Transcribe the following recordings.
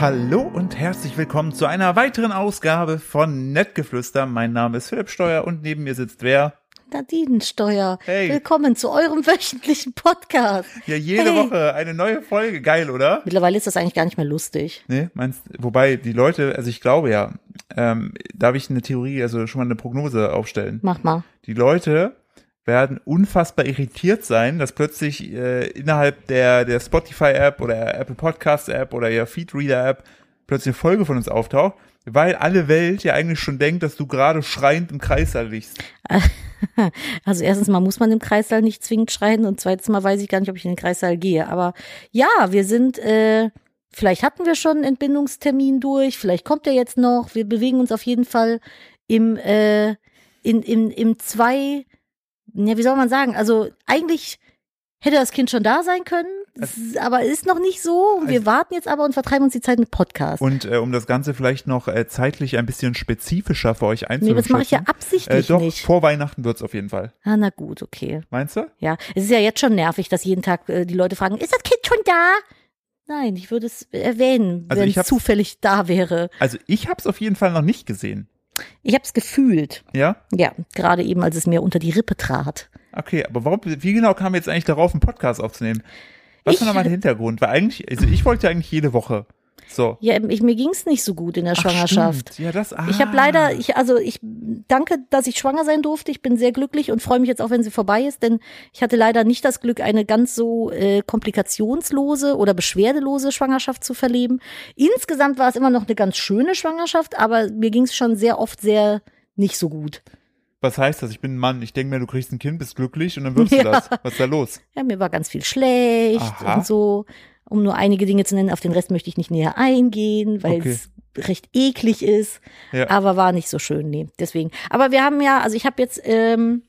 Hallo und herzlich willkommen zu einer weiteren Ausgabe von Nettgeflüster. Mein Name ist Philipp Steuer und neben mir sitzt wer? Nadinensteuer. Hey. Willkommen zu eurem wöchentlichen Podcast. Ja, jede Hey. Woche eine neue Folge. Geil, oder? Mittlerweile ist das eigentlich gar nicht mehr lustig. Nee, meinst, wobei die Leute, also ich glaube ja, ähm, darf ich eine Theorie, also schon mal eine Prognose aufstellen? Mach mal. Die Leute werden unfassbar irritiert sein, dass plötzlich äh, innerhalb der, der Spotify-App oder Apple Podcast-App oder ja Feedreader-App plötzlich eine Folge von uns auftaucht, weil alle Welt ja eigentlich schon denkt, dass du gerade schreiend im Kreis erliegst. Also erstens mal muss man im Kreissaal nicht zwingend schreien und zweitens mal weiß ich gar nicht, ob ich in den Kreissaal gehe. Aber ja, wir sind, äh, vielleicht hatten wir schon einen Entbindungstermin durch, vielleicht kommt er jetzt noch. Wir bewegen uns auf jeden Fall im, äh, in, im, im zwei, ja, wie soll man sagen? Also eigentlich hätte das Kind schon da sein können, s- aber ist noch nicht so. Wir Also- warten jetzt aber und vertreiben uns die Zeit mit Podcasts. Und äh, um das Ganze vielleicht noch äh, zeitlich ein bisschen spezifischer für euch Nee, das einzuschätzen. mache ich ja äh, absichtlich doch, nicht. vor Weihnachten wird's auf jeden Fall. Ah, na gut, okay. Meinst du? Ja, es ist ja jetzt schon nervig, dass jeden Tag äh, die Leute fragen, ist das Kind schon da? Nein, ich würde es erwähnen, Also wenn ich hab- es zufällig da wäre. Also ich hab's auf jeden Fall noch nicht gesehen. Ich habe es gefühlt. Ja? Ja, gerade eben, als es mir unter die Rippe trat. Okay, aber warum, wie genau kam jetzt eigentlich darauf, einen Podcast aufzunehmen? Was Ich- war nochmal der Hintergrund? Weil eigentlich, also ich wollte ja eigentlich jede Woche. So. Ja, ich, mir ging es nicht so gut in der Ach, Schwangerschaft. stimmt. Ja, das, ah. Ich habe leider, ich, also ich danke, dass ich schwanger sein durfte. Ich bin sehr glücklich und freue mich jetzt auch, wenn sie vorbei ist, denn ich hatte leider nicht das Glück, eine ganz so äh, komplikationslose oder beschwerdelose Schwangerschaft zu verleben. Insgesamt war es immer noch eine ganz schöne Schwangerschaft, aber mir ging es schon sehr oft sehr nicht so gut. Was heißt das? Ich bin ein Mann. Ich denke mir, du kriegst ein Kind, bist glücklich und dann wirst du Ja. das. Was ist da los? Ja, mir war ganz viel schlecht Aha. und so, um nur einige Dinge zu nennen. Auf den Rest möchte ich nicht näher eingehen, weil Okay. es recht eklig ist, Ja. aber war nicht so schön, nee, deswegen. Aber wir haben ja, also ich habe jetzt ähm,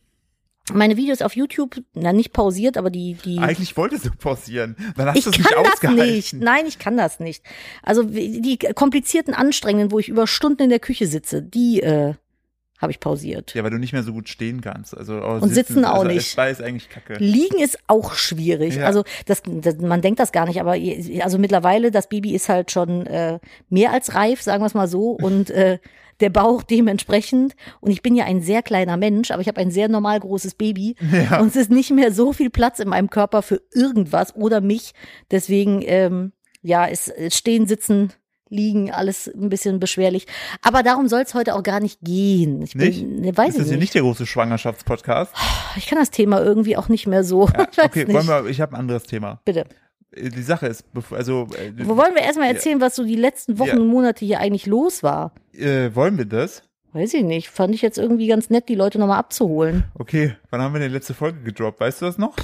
meine Videos auf YouTube, na nicht pausiert, aber die, die Eigentlich wolltest du pausieren. Dann hast ich du es nicht kann das ausgehalten. nicht. Nein, ich kann das nicht. Also wie- die komplizierten Anstrengenden, wo ich über Stunden in der Küche sitze, die äh, habe ich pausiert. Ja, weil du nicht mehr so gut stehen kannst. Also, oh, Und sitzen auch also, nicht. Es war jetzt eigentlich kacke. Liegen ist auch schwierig. Ja. Also das, das, man denkt das gar nicht, aber je- also mittlerweile das Baby ist halt schon äh, mehr als reif, sagen wir es mal so, und äh, der Bauch dementsprechend. Und ich bin ja ein sehr kleiner Mensch, aber ich habe ein sehr normal großes Baby Ja. und es ist nicht mehr so viel Platz in meinem Körper für irgendwas oder mich. Deswegen ähm, ja, ist ist stehen, sitzen. Liegen, alles ein bisschen beschwerlich. Aber darum soll es heute auch gar nicht gehen. Ich bin, Nicht? Ne, weiß ist das ich hier nicht. nicht der große Schwangerschaftspodcast? Ich kann das Thema irgendwie auch nicht mehr so. ich weiß okay, nicht. wollen wir, ich habe ein anderes Thema. Bitte. Äh, Die Sache ist, bevor- also äh, Wo wollen wir erstmal erzählen, was so die letzten Wochen Ja. und Monate hier eigentlich los war? äh, wollen wir das? Weiß ich nicht. Fand ich jetzt irgendwie ganz nett, die Leute nochmal abzuholen. Okay, wann haben wir denn die letzte Folge gedroppt? Weißt du das noch?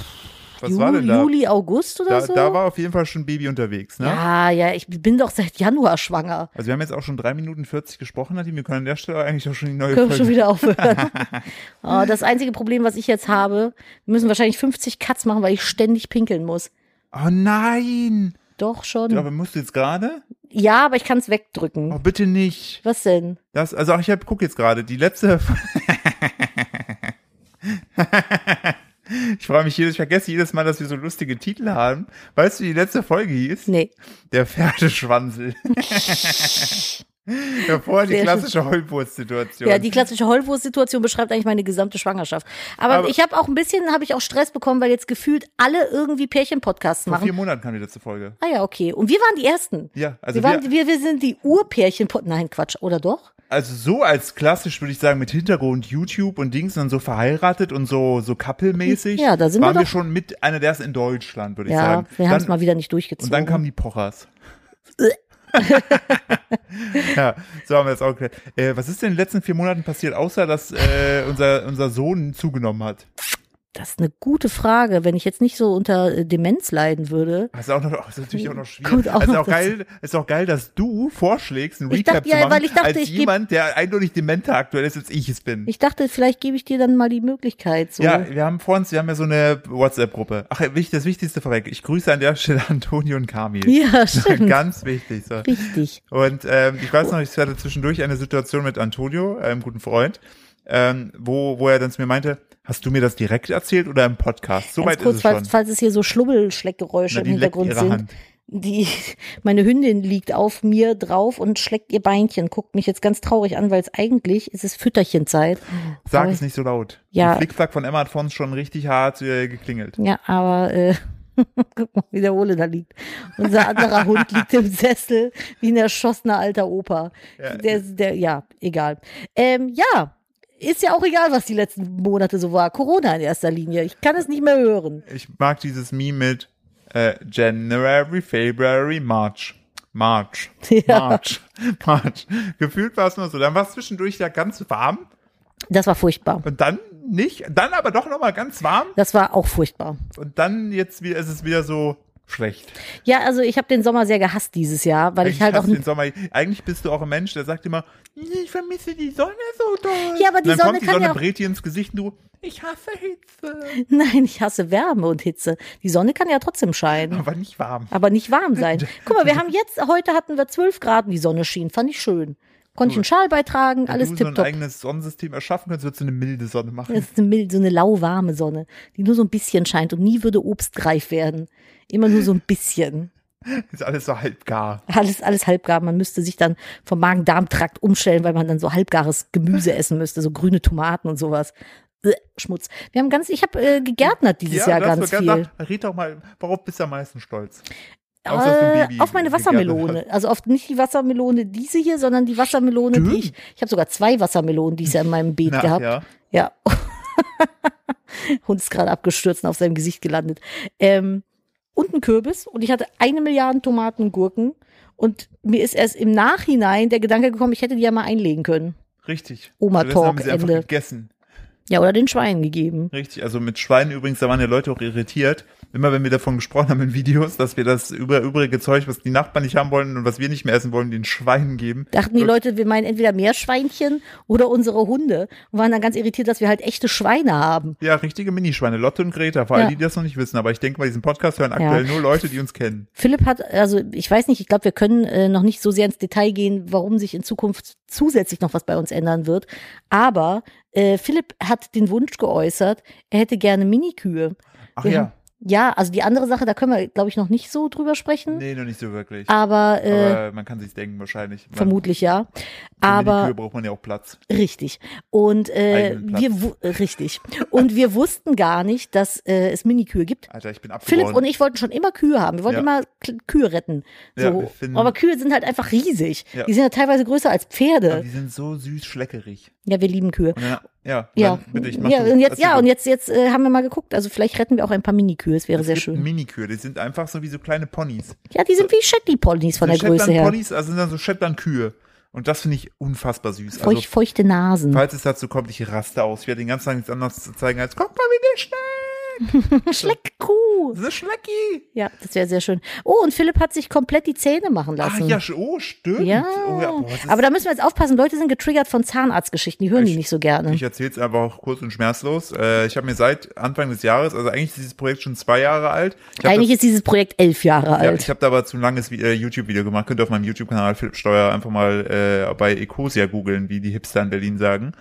Was Ju- war denn da? Juli, August oder da, so? da war auf jeden Fall schon ein Baby unterwegs, ne? Ja, ja, ich bin doch seit Januar schwanger. Also wir haben jetzt auch schon drei Minuten 40 gesprochen, Nadine. Wir können an der Stelle eigentlich auch schon die neue Können wir Folge. schon wieder aufhören. oh, das einzige Problem, was ich jetzt habe, wir müssen wahrscheinlich 50 Cuts machen, weil ich ständig pinkeln muss. oh nein! Doch Ja, schon. Aber musst du jetzt gerade? Ja, aber ich kann es wegdrücken. Oh, bitte nicht. Was denn? Das, also ach, ich hab, guck jetzt gerade. Die letzte. ich freue mich jedes, ich vergesse jedes Mal, dass wir so lustige Titel haben. Weißt du, wie die letzte Folge hieß? Nee. Der Pferdeschwanzel. ja, vorher die Sehr schön. klassische Heulwurst-Situation. Ja, die klassische Heulwurst-Situation beschreibt eigentlich meine gesamte Schwangerschaft. Aber, Aber- ich habe auch ein bisschen, habe ich auch Stress bekommen, weil jetzt gefühlt alle irgendwie Pärchen-Podcasts Vor machen. vier Monaten kam die letzte Folge. Ah ja, okay. Und wir waren die Ersten. Ja, also wir, waren, wir- wir, wir, sind die Urpärchen. Nein, Quatsch, oder doch? Also so als klassisch würde ich sagen, mit Hintergrund YouTube und Dings und dann so verheiratet und so, so couple-mäßig. Ja, da sind wir waren wir, doch- schon mit einer der ersten in Deutschland, würde ich Ja, sagen. wir haben es Dann- mal wieder nicht Und durchgezogen. dann kamen die Pochers. ja, so haben wir das auch geklärt. Äh, was ist denn in den letzten vier Monaten passiert, außer dass äh, unser, unser Sohn zugenommen hat? das ist eine gute Frage. Wenn ich jetzt nicht so unter äh, Demenz leiden würde. Das ist, auch noch, das ist natürlich auch noch schwierig. Kommt auch also noch auch geil, ist auch geil, dass du vorschlägst, einen Ich Recap dachte- zu ja, machen, weil ich dachte, als ich geb- jemand, der eindeutig dementer aktuell ist, als ich es bin. Ich dachte, vielleicht gebe ich dir dann mal die Möglichkeit. So. Ja, wir haben vor uns, wir haben ja so eine WhatsApp-Gruppe. Ach, wich- das Wichtigste vorweg. Ich grüße an der Stelle Antonio und Kamil. ja stimmt. Ganz wichtig. So. Richtig. Und ähm, ich weiß noch, ich hatte zwischendurch eine Situation mit Antonio, einem guten Freund, ähm, wo, wo er dann zu mir meinte, hast du mir das direkt erzählt oder im Podcast? So Ganz weit ist kurz, es falls, schon. falls es hier so Schlubbelschleckgeräusche Nadine im leckt Hintergrund ihre sind. Hand. die, meine Hündin liegt auf mir drauf und schlägt ihr Beinchen, guckt mich jetzt ganz traurig an, weil es eigentlich ist es Fütterchenzeit. Sag Aber- es nicht so laut. Ja. Der Flickflack von Emma hat vorhin schon richtig hart äh, geklingelt. Ja, aber äh, guck mal, wie der Ole da liegt. Unser anderer Hund liegt im Sessel wie ein erschossener alter Opa. Ja. der, der, ja, egal. Ähm, ja, ist ja auch egal, was die letzten Monate so war. Corona in erster Linie. Ich kann es nicht mehr hören. Ich mag dieses Meme mit äh, January, February, March. March. Ja. March. March. Gefühlt war es nur so. Dann war es zwischendurch ja ganz warm Das war furchtbar. und dann nicht. Dann aber doch nochmal ganz warm Das war auch furchtbar. und dann jetzt wieder ist es wieder so schlecht. Ja, also ich habe den Sommer sehr gehasst dieses Jahr, weil ich Eigentlich, halt auch hast du den Sommer, eigentlich bist du auch ein Mensch, der sagt immer, ich vermisse die Sonne so doll. Ja, aber die und dann Sonne kommt die kann Sonne ja auch- brät dir ins Gesicht und du, ich hasse Hitze. Nein, ich hasse Wärme und Hitze. Die Sonne kann ja trotzdem scheinen, Aber nicht warm. aber nicht warm sein. Guck mal, wir haben jetzt, heute hatten wir 12 Grad und die Sonne schien, fand ich schön. Konnte ich einen Schal beitragen, alles Wenn du so ein tipptopp. eigenes Sonnensystem erschaffen kannst, würdest du eine milde Sonne machen. Das ist eine, mild- so eine lauwarme Sonne, die nur so ein bisschen scheint und nie würde Obst greif werden. Immer nur so ein bisschen. Ist alles so halbgar. Alles, alles halbgar. Man müsste sich dann vom Magen-Darm-Trakt umstellen, weil man dann so halbgares Gemüse essen müsste, so grüne Tomaten und sowas. Äh, Schmutz. Wir haben ganz, ich habe äh, gegärtnet dieses Jahr du hast ganz sogar viel. gesagt, red doch mal, worauf bist du am meisten stolz? Außer dass du ein Äh, Baby auf meine gegärtnet Wassermelone. Also auf nicht die Wassermelone diese hier, sondern die Wassermelone, die Stimmt. ich. Ich habe sogar zwei Wassermelonen dieses Jahr in meinem Beet Na, gehabt. ja. Ja. Hund ist gerade abgestürzt und auf seinem Gesicht gelandet. Ähm, und ein Kürbis. Und ich hatte eine Milliarde Tomaten und Gurken. Und mir ist erst im Nachhinein der Gedanke gekommen, ich hätte die ja mal einlegen können. Richtig. Oma Stattdessen haben Talk, sie einfach Ende. gegessen. Ja, oder den Schweinen gegeben. Richtig, also mit Schweinen übrigens, da waren ja Leute auch irritiert. Immer wenn wir davon gesprochen haben in Videos, dass wir das über übrige Zeug, was die Nachbarn nicht haben wollen und was wir nicht mehr essen wollen, den Schweinen geben. Dachten die Leute, wir meinen entweder Meerschweinchen oder unsere Hunde. Und waren dann ganz irritiert, dass wir halt echte Schweine haben. Ja, richtige Minischweine, Lotte und Greta, vor allem Ja. die, die das noch nicht wissen. Aber ich denke, bei diesem Podcast hören aktuell nur Leute, die uns kennen. Philipp hat, also ich weiß nicht, ich glaube, wir können äh, noch nicht so sehr ins Detail gehen, warum sich in Zukunft zusätzlich noch was bei uns ändern wird. Aber äh, Philipp hat den Wunsch geäußert, er hätte gerne Minikühe. Ach Wir ja, haben- Ja, also die andere Sache, da können wir, glaube ich, noch nicht so drüber sprechen. nee, noch nicht so wirklich. Aber, äh, Aber man kann sich's denken wahrscheinlich. Man, vermutlich ja. für Aber Minikühe braucht man ja auch Platz. Richtig. Und äh, Eigenen Platz. wir wu- äh, richtig. Und wir wussten gar nicht, dass äh, es Minikühe gibt. Alter, ich bin abgeboren. Philipp und ich wollten schon immer Kühe haben. Wir wollten Ja. immer K- Kühe retten. Ja, So. wir finden- Aber Kühe sind halt einfach riesig. Ja. Die sind ja teilweise größer als Aber Pferde. die sind so süß schleckerig. Ja, wir lieben Kühe. Und dann, ja, Ja, Dann, bitte, ich mach ja, du. Lass und jetzt, die Also, ja, durch. und jetzt, jetzt äh, haben wir mal geguckt. Also vielleicht retten wir auch ein paar Minikühe. Es wäre Es sehr gibt schön. Minikühe, die sind einfach so wie so kleine Ponys. Ja, die sind wie Shetty-Ponys von So der Größe her. Shetland-Ponys, also sind dann so Shetland-Kühe. Und das finde ich unfassbar süß. Also, Feucht, feuchte Nasen. falls es dazu kommt, ich raste aus. Ich werde den ganzen Tag nichts anderes zu zeigen als, guck mal, wie der schlägt. Schleckkuh. Das ist Schlecki. Ja, das wäre sehr schön. Oh, und Philipp hat sich komplett die Zähne machen Ach lassen. ja, sch- oh, stimmt. Ja, Oh, ja boah, das ist- aber da müssen wir jetzt aufpassen. Leute sind getriggert von Zahnarztgeschichten. Die hören Ich- die nicht so gerne. ich erzähle es einfach auch kurz und schmerzlos. Äh, ich habe mir seit Anfang des Jahres, also eigentlich ist dieses Projekt schon zwei Jahre alt. Ich hab Eigentlich ist dieses Projekt elf Jahre Ja, alt. ich habe da aber zu ein langes Vi- äh, YouTube-Video gemacht. Könnt ihr auf meinem YouTube-Kanal Philipp Steuer einfach mal äh, bei Ecosia googeln, wie die Hipster in Berlin sagen.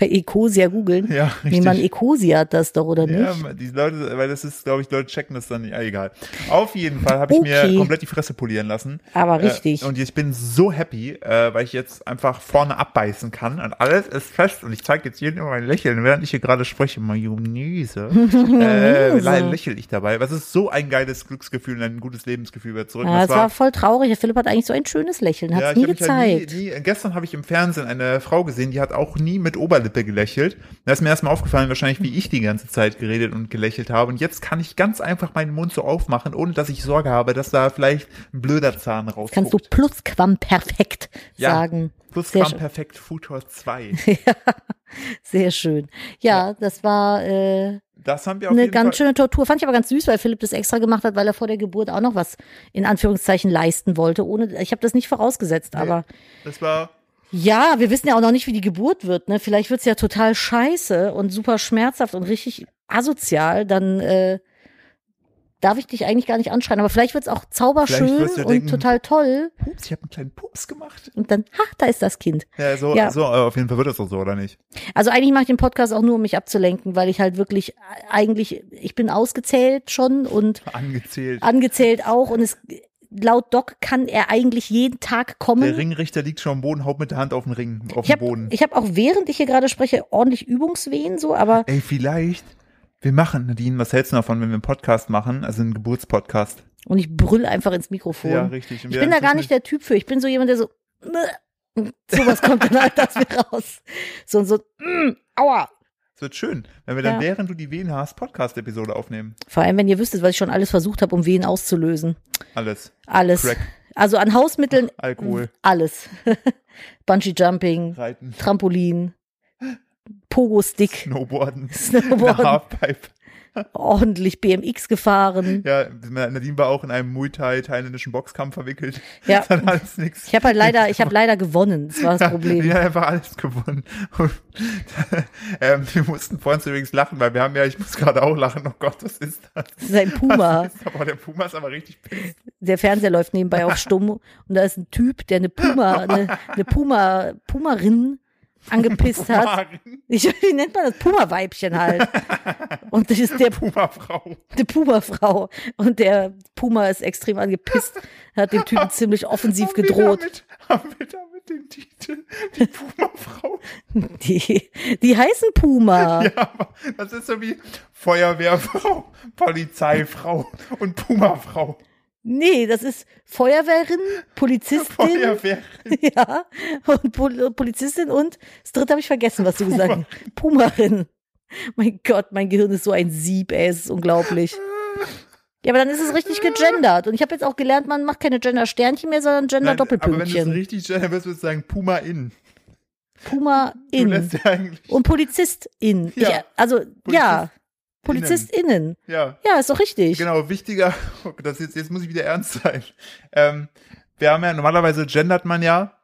Bei Ecosia googeln. Ja, nee, richtig. man Ecosia hat das doch, oder nicht? Ja, Ähm, die Leute, weil das ist, glaube ich, Leute checken das dann nicht. Ah, egal. Auf jeden Fall habe ich Okay. mir komplett die Fresse polieren lassen. Aber richtig. Äh, und ich bin so happy, äh, weil ich jetzt einfach vorne abbeißen kann und alles ist fest. Und ich zeige jetzt jedem immer mein Lächeln, während ich hier gerade spreche. Mayonnaise. äh, lä- lächel ich dabei. Was ist so ein geiles Glücksgefühl und ein gutes Lebensgefühl wieder zurück. Ah, das war voll traurig. Der Philipp hat eigentlich so ein schönes Lächeln. Hat Ja, es ich nie hab mich ja gezeigt. nie, nie, gestern habe ich im Fernsehen eine Frau gesehen, die hat auch nie mit Oberlippe gelächelt. Da ist mir erstmal aufgefallen, wahrscheinlich, wie ich die ganze Zeit geredet und gelächelt habe. Und jetzt kann ich ganz einfach meinen Mund so aufmachen, ohne dass ich Sorge habe, dass da vielleicht ein blöder Zahn rauskommt. Kannst du plusquamperfekt Ja. sagen. Plus Sehr Quam schön. Perfekt Futur 2. Sehr schön. Ja, das war äh, Das haben wir auf eine jeden ganz Fall. schöne Tortur. Fand ich aber ganz süß, weil Philipp das extra gemacht hat, weil er vor der Geburt auch noch was in Anführungszeichen leisten wollte. Ohne, ich habe das nicht vorausgesetzt, aber Das war Ja, wir wissen ja auch noch nicht, wie die Geburt wird. Ne? Vielleicht wird's ja total scheiße und super schmerzhaft und richtig asozial. Dann äh, darf ich dich eigentlich gar nicht anschreien. Aber vielleicht wird's auch Vielleicht zauberschön wirst du und denken- total toll. Pups, ich habe einen kleinen Pups gemacht. Und dann, ha, da ist das Kind. Ja, so, Ja. so äh, auf jeden Fall wird das doch so, oder nicht? Also eigentlich mache ich den Podcast auch nur, um mich abzulenken, weil ich halt wirklich äh, eigentlich, ich bin ausgezählt schon und Angezählt. angezählt auch und es laut Doc kann er eigentlich jeden Tag Der kommen. Ringrichter liegt schon am Boden, haut mit der Hand auf den Ring, auf Ich den habe Boden. hab auch während ich hier gerade spreche ordentlich Übungswehen so, aber Ey, vielleicht, wir machen, Nadine, was hältst du davon, wenn wir einen Podcast machen, also einen Geburtspodcast? und ich brüll einfach ins Mikrofon. richtig. ich bin da gar nicht der Typ für. Ich bin so jemand, der so und sowas kommt dann halt das mir raus. So und so mm, aua. Es wird schön, wenn wir dann, Ja. während du die Wehen hast, Podcast-Episode aufnehmen. Vor allem wenn ihr wüsstet, was ich schon alles versucht habe, um Wehen auszulösen. Alles. Alles. Crack. Also an Hausmitteln Alkohol, alles. Bungee Jumping, Reiten, Trampolin, Pogo Stick, Snowboarden, eine Snowboard, Halfpipe. ordentlich BMX gefahren. Ja, Nadine war auch in einem Muay Thai thailändischen Boxkampf verwickelt. Ja. Das hat alles nichts. Ich habe halt leider, ich habe leider gewonnen. Das war das Problem. Die hat einfach alles gewonnen. Und, ähm, wir mussten vorhin übrigens lachen, weil wir haben ja, ich muss gerade auch lachen, oh Gott, was ist das? Das ist ein Puma. Das ist aber, der Puma ist aber richtig pissed. Der Fernseher läuft nebenbei auf stumm und da ist ein Typ, der eine Puma, eine, eine Puma, Pumarin angepisst hat. Marin, Ich, wie nennt man das? Puma-Weibchen halt. Und das ist der Puma-Frau. eine Puma-Frau. Und der Puma ist extrem angepisst. Hat dem Typen ziemlich offensiv Haben wir gedroht. damit- Haben wir damit den Titel, die Puma-Frau? Die, die heißen Puma. Ja, aber das ist so wie Feuerwehrfrau, Polizeifrau und Puma-Frau. Nee, das ist Feuerwehrin, Polizistin. Feuerwehr. Ja, und Pol Polizistin und das dritte habe ich vergessen, was du gesagt hast. Pumarin. Mein Gott, mein Gehirn ist so ein Sieb, ey, es ist unglaublich. Ja, aber dann ist es richtig gegendert. Und ich habe jetzt auch gelernt, man macht keine Gender-Sternchen mehr, sondern Nein, Aber wenn du es Gender-Doppelpünktchen. richtig stellst, würdest du sagen Puma-In. Du Puma-in. lässt ja eigentlich, Und Polizist-in. Ja. Ich, also, ja. PolizistInnen. ja. Ja, ist doch richtig. Genau, wichtiger, oh, das jetzt, jetzt muss ich wieder ernst sein. Ähm, wir haben ja, normalerweise gendert man ja,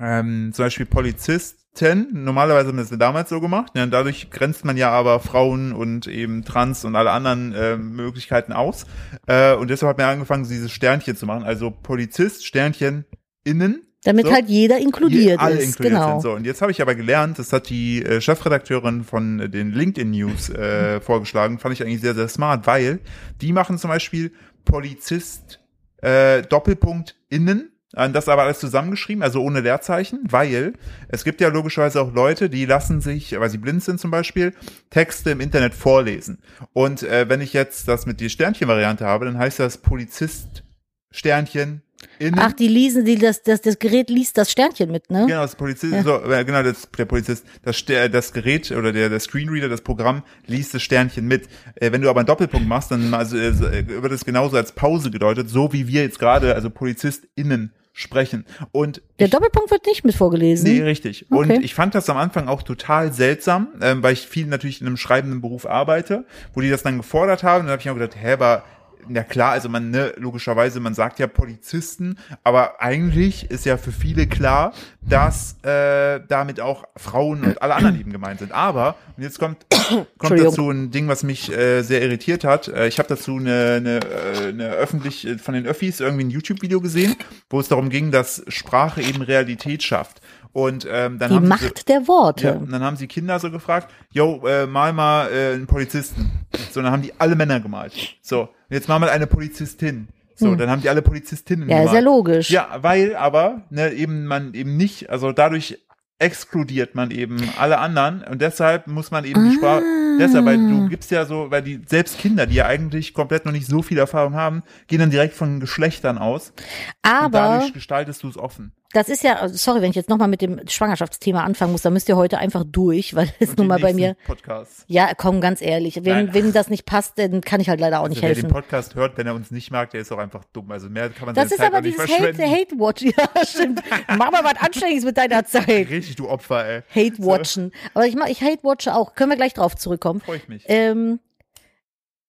ähm, zum Beispiel Polizisten, normalerweise haben wir das damals so gemacht, ne? und dadurch grenzt man ja aber Frauen und eben Trans und alle anderen äh, Möglichkeiten aus. Äh, und deshalb hat man angefangen, so dieses Sternchen zu machen, also Polizist, Sternchen, innen. Damit So. halt jeder inkludiert alle ist. inkludiert genau. sind. So, und jetzt habe ich aber gelernt, das hat die äh, Chefredakteurin von äh, den LinkedIn News Mhm. äh, vorgeschlagen, fand ich eigentlich sehr, sehr smart, weil die machen zum Beispiel Polizist äh, Doppelpunkt innen. äh, Das aber alles zusammengeschrieben, also ohne Leerzeichen, weil es gibt ja logischerweise auch Leute, die lassen sich, weil sie blind sind zum Beispiel, Texte im Internet vorlesen. Und äh, wenn ich jetzt das mit die Sternchen-Variante habe, dann heißt das Polizist Sternchen innen. Ach, die lesen, die, das, das, das Gerät liest das Sternchen mit, ne? Genau, das Polizist, Ja. so, äh, genau, das, der Polizist, das, Ster- das Gerät oder der, der Screenreader, das Programm liest das Sternchen mit. Äh, wenn du aber einen Doppelpunkt machst, dann also, äh, wird es genauso als Pause gedeutet, so wie wir jetzt gerade, also PolizistInnen sprechen. Und Der Doppelpunkt wird nicht mit vorgelesen. Nee, richtig. Okay. Und ich fand das am Anfang auch total seltsam, ähm, weil ich viel natürlich in einem schreibenden Beruf arbeite, wo die das dann gefordert haben. Und dann habe ich mir auch gedacht, hä, aber na klar, also man, ne, logischerweise, man sagt ja Polizisten, aber eigentlich ist ja für viele klar, dass äh, damit auch Frauen und alle anderen eben gemeint sind. Aber, und jetzt kommt, kommt Entschuldigung. dazu ein Ding, was mich äh, sehr irritiert hat. Äh, ich habe dazu eine, eine, äh, eine öffentlich äh, von den Öffis irgendwie ein YouTube-Video gesehen, wo es darum ging, dass Sprache eben Realität schafft. Und ähm, dann Die haben Macht sie der so, ja, Worte. und dann haben sie Kinder so gefragt, yo, äh, mal mal äh, einen Polizisten. So, dann haben die alle Männer gemalt. So, und jetzt mal mal eine Polizistin. So, dann haben die alle Polizistinnen Hm. Ja, gemalt. ist ja logisch. Ja, weil aber ne, eben man eben nicht, also dadurch exkludiert man eben alle anderen und deshalb muss man eben die Sprache, Ah. deshalb, weil du gibst ja so, weil die, selbst Kinder, die ja eigentlich komplett noch nicht so viel Erfahrung haben, gehen dann direkt von Geschlechtern aus und Aber dadurch gestaltest du es offen. das ist ja, also sorry, wenn ich jetzt nochmal mit dem Schwangerschaftsthema anfangen muss, dann müsst ihr heute einfach durch, weil es nun mal bei mir. Podcast. Ja, komm, ganz ehrlich, Nein. wenn, wenn das nicht passt, dann kann ich halt leider auch Also nicht wer den helfen. Podcast hört, wenn er uns nicht mag, der ist auch einfach dumm. Also mehr kann man Das seine ist Zeit aber auch nicht dieses Hate, verschwenden. Hate Watch. Ja, stimmt. Mach mal was Anständiges mit deiner Zeit. Richtig, du Opfer, ey. Hate Watchen. Aber ich, mach- ich Hate Watche auch. Können wir gleich drauf zurückkommen. Freue ich mich. Ähm,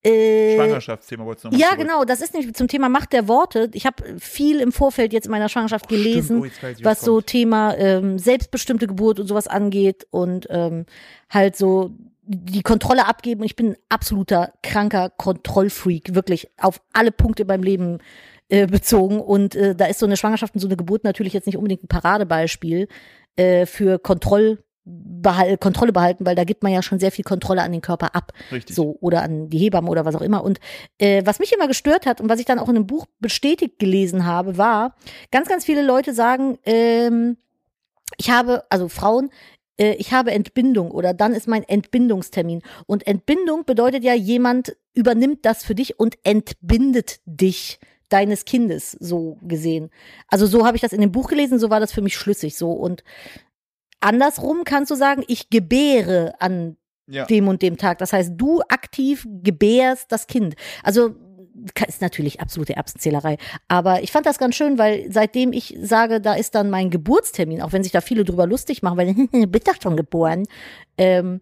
äh, Schwangerschaftsthema wolltest du noch mal Ja, zurück. genau. Das ist nämlich zum Thema Macht der Worte. Ich habe viel im Vorfeld jetzt in meiner Schwangerschaft stimmt. gelesen, Oh, jetzt weiß ich, was was so kommt. Thema ähm, selbstbestimmte Geburt und sowas angeht und ähm, halt so die Kontrolle abgeben. Und ich bin ein absoluter kranker Kontrollfreak, wirklich auf alle Punkte in meinem Leben äh, bezogen. Und äh, da ist so eine Schwangerschaft und so eine Geburt natürlich jetzt nicht unbedingt ein Paradebeispiel äh, für Kontroll. behal Kontrolle behalten, weil da gibt man ja schon sehr viel Kontrolle an den Körper ab. Richtig. So, oder an die Hebamme oder was auch immer. Und äh, was mich immer gestört hat und was ich dann auch in einem Buch bestätigt gelesen habe, war, ganz, ganz viele Leute sagen, ähm, ich habe, also Frauen, äh, ich habe Entbindung oder dann ist mein Entbindungstermin. Und Entbindung bedeutet ja, jemand übernimmt das für dich und entbindet dich deines Kindes, so gesehen. Also so habe ich das in dem Buch gelesen, so war das für mich schlüssig so. Und andersrum kannst du sagen, ich gebäre an Ja. dem und dem Tag. Das heißt, du aktiv gebärst das Kind. Also ka- ist natürlich absolute Erbsenzählerei. Aber ich fand das ganz schön, weil seitdem ich sage, da ist dann mein Geburtstermin, auch wenn sich da viele drüber lustig machen, weil du bist doch schon geboren, ähm,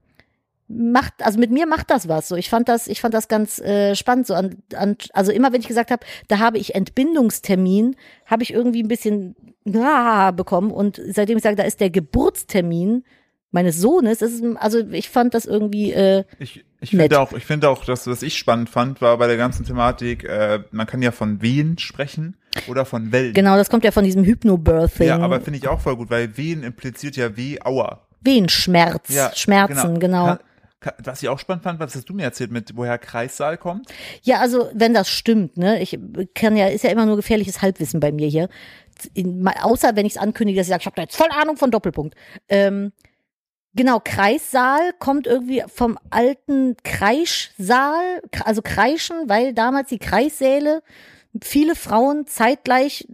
macht, also mit mir macht das was. So, ich fand das, ich fand das ganz äh, spannend. So an, an, also immer wenn ich gesagt habe, da habe ich Entbindungstermin, habe ich irgendwie ein bisschen na, bekommen. Und seitdem ich sage, da ist der Geburtstermin meines Sohnes, ist, es- also ich fand das irgendwie äh, Ich, ich Nett. finde auch, ich finde auch, dass was ich spannend fand, war bei der ganzen Thematik, äh, man kann ja von Wehen sprechen oder von Wellen. Genau, das kommt ja von diesem Hypnobirthing. Ja, aber finde ich auch voll gut, weil Wehen impliziert ja Weh, Aua. Wehenschmerz, Ja, Schmerzen, genau. Ka- ka- Was ich auch spannend fand, was hast du mir erzählt, mit woher Kreissaal kommt? Ja, also wenn das stimmt, ne? Ich kann ja, ist ja immer nur gefährliches Halbwissen bei mir hier. In, ma- außer wenn ich es ankündige, dass ich sage, ich habe da jetzt voll Ahnung von Doppelpunkt. Ähm, genau, Kreissaal kommt irgendwie vom alten Kreischsaal, k- also Kreischen, weil damals die Kreissäle viele Frauen zeitgleich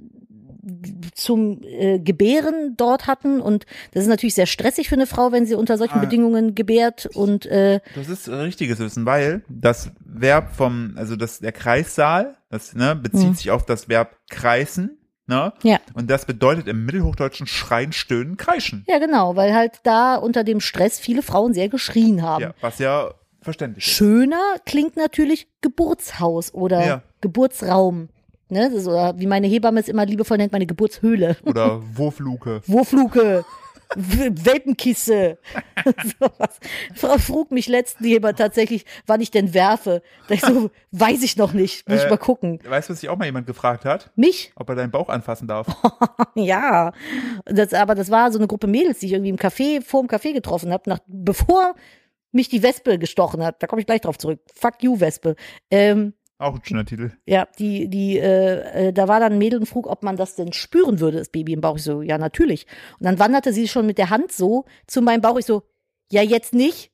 zum äh, Gebären dort hatten und das ist natürlich sehr stressig für eine Frau, wenn sie unter solchen Ah. Bedingungen gebärt und äh, Das ist richtiges Wissen, weil das Verb vom, also das, der Kreissaal, das ne, bezieht Mhm. sich auf das Verb kreisen, ne? ja. Und das bedeutet im Mittelhochdeutschen schreien, stöhnen, kreischen. Ja, genau, weil halt da unter dem Stress viele Frauen sehr geschrien haben. Ja, was ja verständlich ist. Schöner klingt natürlich Geburtshaus oder Ja. Geburtsraum. Ne? Das ist, oder wie meine Hebamme es immer liebevoll nennt, meine Geburtshöhle. Oder Wurfluke. Wurfluke, W- Welpenkisse. Sowas. Frau frug mich letztens Heber tatsächlich, wann ich denn werfe. Da ich so, weiß ich noch nicht, muss ich Äh. mal gucken. Weißt du, was sich auch mal jemand gefragt hat? Mich? Ob er deinen Bauch anfassen darf. Ja, das, aber das war so eine Gruppe Mädels, die ich irgendwie im Café, vor dem Café getroffen habe, nach, bevor mich die Wespe gestochen hat. Da komme ich gleich drauf zurück. Fuck you, Wespe. Ähm, Auch ein schöner Titel. ja, die, die, äh, äh, da war dann ein Mädel und frug, ob man das denn spüren würde, das Baby im Bauch. Ich so, ja, natürlich. Und dann wanderte sie schon mit der Hand so zu meinem Bauch. Ich so, ja, jetzt nicht.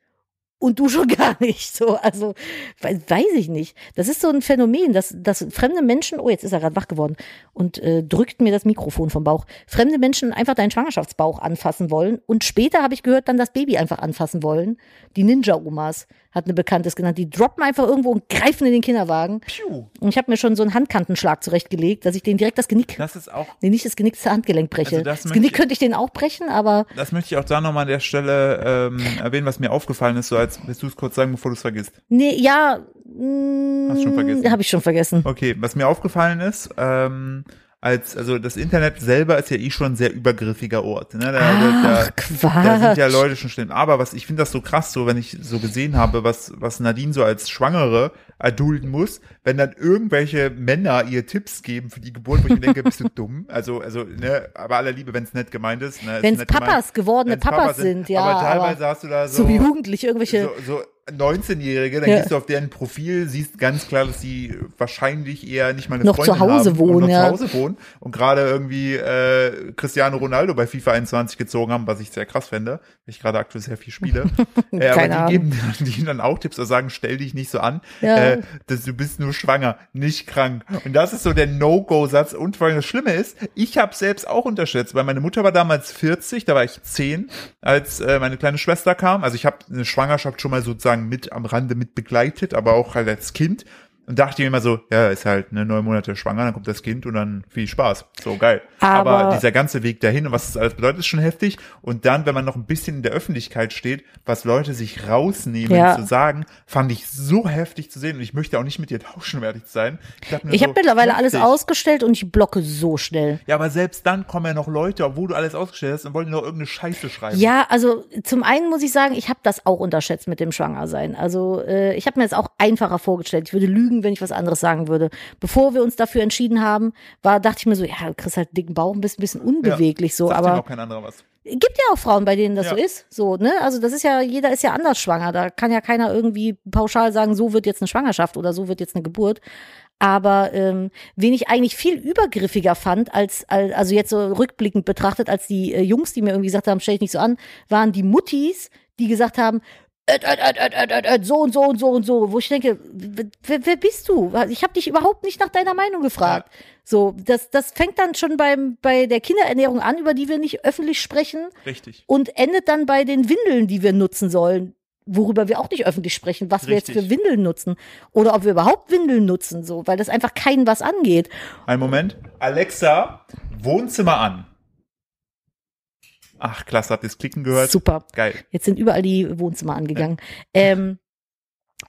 Und du schon gar nicht. So, also, we weiß ich nicht. Das ist so ein Phänomen, dass, dass fremde Menschen, oh, jetzt ist er gerade wach geworden und äh, drückt mir das Mikrofon vom Bauch. Fremde Menschen einfach deinen Schwangerschaftsbauch anfassen wollen. Und später habe ich gehört, dann das Baby einfach anfassen wollen. Die Ninja-Omas hat eine Bekanntes genannt. Die droppen einfach irgendwo und greifen in den Kinderwagen. Piu. Und ich habe mir schon so einen Handkantenschlag zurechtgelegt, dass ich den direkt das Genick, Das ist auch, nee, nicht das Genick, das Handgelenk breche. Also das das möchte Genick ich- könnte ich den auch brechen, aber das möchte ich auch da nochmal an der Stelle ähm, erwähnen, was mir aufgefallen ist, so als willst du es kurz sagen, bevor du es vergisst. nee, ja, mm, Hast schon vergessen. Habe ich schon vergessen. Okay, was mir aufgefallen ist, ähm, als, also das Internet selber ist ja eh schon ein sehr übergriffiger Ort. Ne? Da, da, Ach, da, Quatsch. da sind ja Leute schon schlimm. Aber was ich finde das so krass, so wenn ich so gesehen habe, was, was Nadine so als Schwangere erdulden muss, wenn dann irgendwelche Männer ihr Tipps geben für die Geburt, wo ich mir denke, bist du dumm? Also, also, ne, aber aller Liebe, wenn es nett gemeint ist. Ne, ist Wenn's nett Papas gemeint. gewordene Wenn's Papas sind, ja, Aber teilweise aber hast du da so. so wie Jugendliche, irgendwelche. So, so 19-Jährige, dann Ja. gehst du auf deren Profil, siehst ganz klar, dass die wahrscheinlich eher nicht mal eine Noch Freundin zu Hause haben wohnen, und noch ja. zu Hause wohnen und gerade irgendwie äh, Cristiano Ronaldo bei FIFA 21 gezogen haben, was ich sehr krass fände, weil ich gerade aktuell sehr viel spiele. äh, aber Keine die geben die dann auch Tipps, also sagen, stell dich nicht so an, Ja. äh, dass du bist nur schwanger, nicht krank. Und das ist so der No-Go-Satz. Und vor allem das Schlimme ist, ich habe selbst auch unterschätzt, weil meine Mutter war damals 40, da war ich 10, als äh, meine kleine Schwester kam. Also ich habe eine Schwangerschaft schon mal sozusagen mit am Rande mit begleitet, aber auch halt als Kind. Und dachte mir immer so, ja, ist halt ne, neun Monate schwanger, dann kommt das Kind und dann viel Spaß. So geil. Aber- aber dieser ganze Weg dahin und was das alles bedeutet, ist schon heftig. Und dann, wenn man noch ein bisschen in der Öffentlichkeit steht, was Leute sich rausnehmen, Ja. zu sagen, fand ich so heftig zu sehen. Und ich möchte auch nicht mit dir tauschen, um ehrlich zu sein. Ich, dachte mir ich so, habe mittlerweile alles heftig. ausgestellt und ich blocke so schnell. Ja, aber selbst dann kommen ja noch Leute, obwohl du alles ausgestellt hast und wollen dir noch irgendeine Scheiße schreiben. Ja, also zum einen muss ich sagen, ich habe das auch unterschätzt mit dem Schwangersein. Also äh, ich habe mir das auch einfacher vorgestellt. Ich würde lügen, lügen, wenn ich was anderes sagen würde. Bevor wir uns dafür entschieden haben, war, dachte ich mir so, ja, du kriegst halt einen dicken Bauch und bist ein bisschen unbeweglich so, Sagt ihm aber auch kein anderer was. gibt ja auch Frauen, bei denen Ja. das so ist. So, ne? Also das ist ja, jeder ist ja anders schwanger. Da kann ja keiner irgendwie pauschal sagen, so wird jetzt eine Schwangerschaft oder so wird jetzt eine Geburt. Aber ähm, wen ich eigentlich viel übergriffiger fand, als, als also jetzt so rückblickend betrachtet, als die äh, Jungs, die mir irgendwie gesagt haben, stell dich nicht so an, waren die Muttis, die gesagt haben, "Öt, öt, öt, öt, öt, öt, öt, so und so und so und so, wo ich denke, w- wer, wer bist du? Ich habe dich überhaupt nicht nach deiner Meinung gefragt. So, das, das fängt dann schon beim, bei der Kinderernährung an, über die wir nicht öffentlich sprechen Richtig. und endet dann bei den Windeln, die wir nutzen sollen, worüber wir auch nicht öffentlich sprechen, was wir jetzt Richtig. für Windeln nutzen oder ob wir überhaupt Windeln nutzen, so, weil das einfach keinen was angeht. Ein Moment. Alexa, Wohnzimmer an. Ach, klasse, habt ihr das Klicken gehört? Super. Geil. Jetzt sind überall die Wohnzimmer angegangen. Ähm,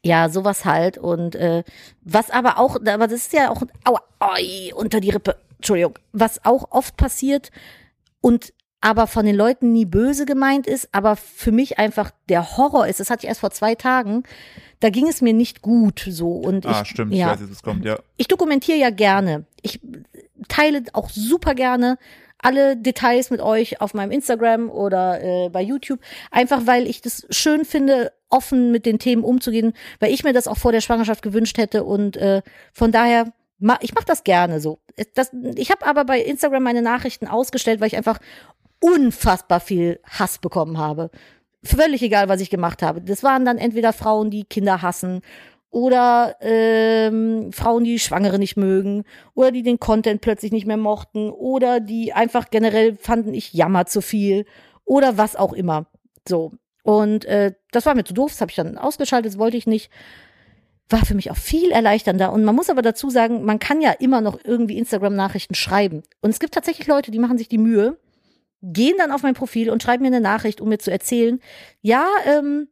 ja, sowas halt. Und äh, was aber auch, aber das ist ja auch, aua, oi, unter die Rippe, Entschuldigung, was auch oft passiert und aber von den Leuten nie böse gemeint ist, aber für mich einfach der Horror ist, das hatte ich erst vor zwei Tagen, da ging es mir nicht gut so. Und Ah, ich, stimmt, ich ja, weiß jetzt, was kommt, ja. ich dokumentiere ja gerne. Ich teile auch super gerne alle Details mit euch auf meinem Instagram oder äh, bei YouTube, einfach weil ich das schön finde, offen mit den Themen umzugehen, weil ich mir das auch vor der Schwangerschaft gewünscht hätte und äh, von daher ma ich mache das gerne so. Das, ich habe aber bei Instagram meine Nachrichten ausgestellt, weil ich einfach unfassbar viel Hass bekommen habe. Völlig egal, was ich gemacht habe. Das waren dann entweder Frauen, die Kinder hassen oder ähm, Frauen, die Schwangere nicht mögen oder die den Content plötzlich nicht mehr mochten oder die einfach generell fanden, ich jammer zu viel oder was auch immer. So. Und äh, das war mir zu doof, das habe ich dann ausgeschaltet, das wollte ich nicht. War für mich auch viel erleichternder. Und man muss aber dazu sagen, man kann ja immer noch irgendwie Instagram-Nachrichten schreiben. Und es gibt tatsächlich Leute, die machen sich die Mühe, gehen dann auf mein Profil und schreiben mir eine Nachricht, um mir zu erzählen, ja, ähm,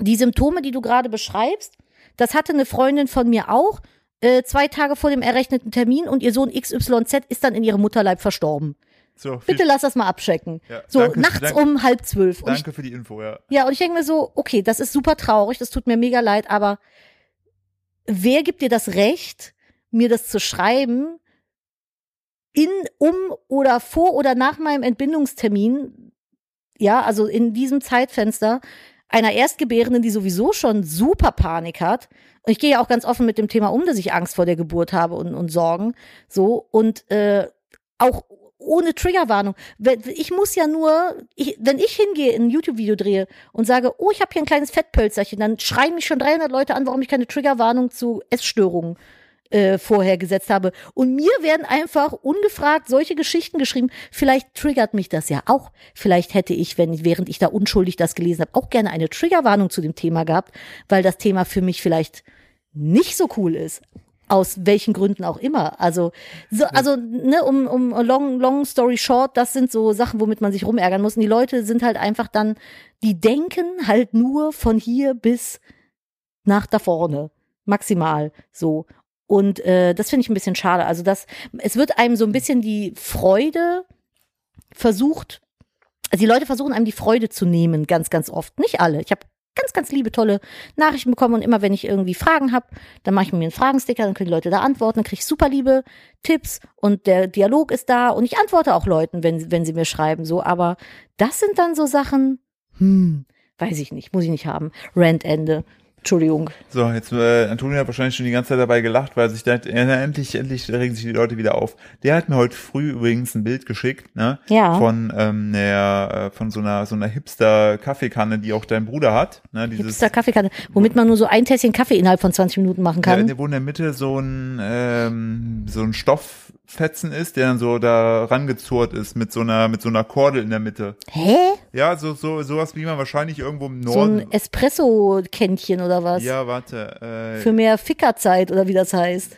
die Symptome, die du gerade beschreibst, das hatte eine Freundin von mir auch, äh, zwei Tage vor dem errechneten Termin und ihr Sohn XYZ ist dann in ihrem Mutterleib verstorben. So, viel- Bitte lass das mal abchecken. Ja, so, danke, nachts danke. um halb zwölf. Und ich danke für die Info, ja. ja, und ich denke mir so, okay, das ist super traurig, das tut mir mega leid, aber wer gibt dir das Recht, mir das zu schreiben, in, um oder vor oder nach meinem Entbindungstermin, ja, also in diesem Zeitfenster einer Erstgebärenden, die sowieso schon super Panik hat. Und ich gehe ja auch ganz offen mit dem Thema um, dass ich Angst vor der Geburt habe und, und Sorgen. So, und äh, auch ohne Triggerwarnung. Wenn- Ich muss ja nur, ich, wenn ich hingehe, in ein YouTube-Video drehe und sage, oh, ich habe hier ein kleines Fettpölzerchen, dann schreien mich schon 300 Leute an, warum ich keine Triggerwarnung zu Essstörungen äh, vorher gesetzt habe. Und mir werden einfach ungefragt solche Geschichten geschrieben. Vielleicht triggert mich das ja auch. Vielleicht hätte ich, wenn ich, während ich da unschuldig das gelesen habe, auch gerne eine Triggerwarnung zu dem Thema gehabt, weil das Thema für mich vielleicht nicht so cool ist. Aus welchen Gründen auch immer. Also, so, also, ne, um, um long, long story short, das sind so Sachen, womit man sich rumärgern muss. Und die Leute sind halt einfach dann, die denken halt nur von hier bis nach da vorne. Maximal so. Und äh, das finde ich ein bisschen schade. Also das, es wird einem so ein bisschen die Freude versucht, also die Leute versuchen einem die Freude zu nehmen, ganz, ganz oft. Nicht alle. Ich habe ganz, ganz liebe, tolle Nachrichten bekommen und immer wenn ich irgendwie Fragen habe, dann mache ich mir einen Fragensticker, dann können die Leute da antworten, dann kriege ich super liebe Tipps und der Dialog ist da und ich antworte auch Leuten, wenn, wenn sie mir schreiben, so. Aber das sind dann so Sachen, hm, weiß ich nicht, muss ich nicht haben. Randende. Entschuldigung. So, jetzt, äh, Antonio hat wahrscheinlich schon die ganze Zeit dabei gelacht, weil sich da, äh, endlich, endlich regen sich die Leute wieder auf. Der hat mir heute früh übrigens ein Bild geschickt, ne? Ja. Von, ähm, der, äh, von so einer, so einer Hipster-Kaffeekanne, die auch dein Bruder hat, ne? Dieses, Hipster Kaffeekanne, womit man nur so ein Tässchen Kaffee innerhalb von 20 Minuten machen ja, in kann. der, wo in der Mitte so ein, ähm, so ein Stofffetzen ist, der dann so da rangezurrt ist mit so einer, mit so einer Kordel in der Mitte. Hä? Ja, so, so, sowas wie man wahrscheinlich irgendwo im So Norden. ein Espresso-Kännchen oder was? ja, warte, äh, Für mehr Fickerzeit oder wie das heißt.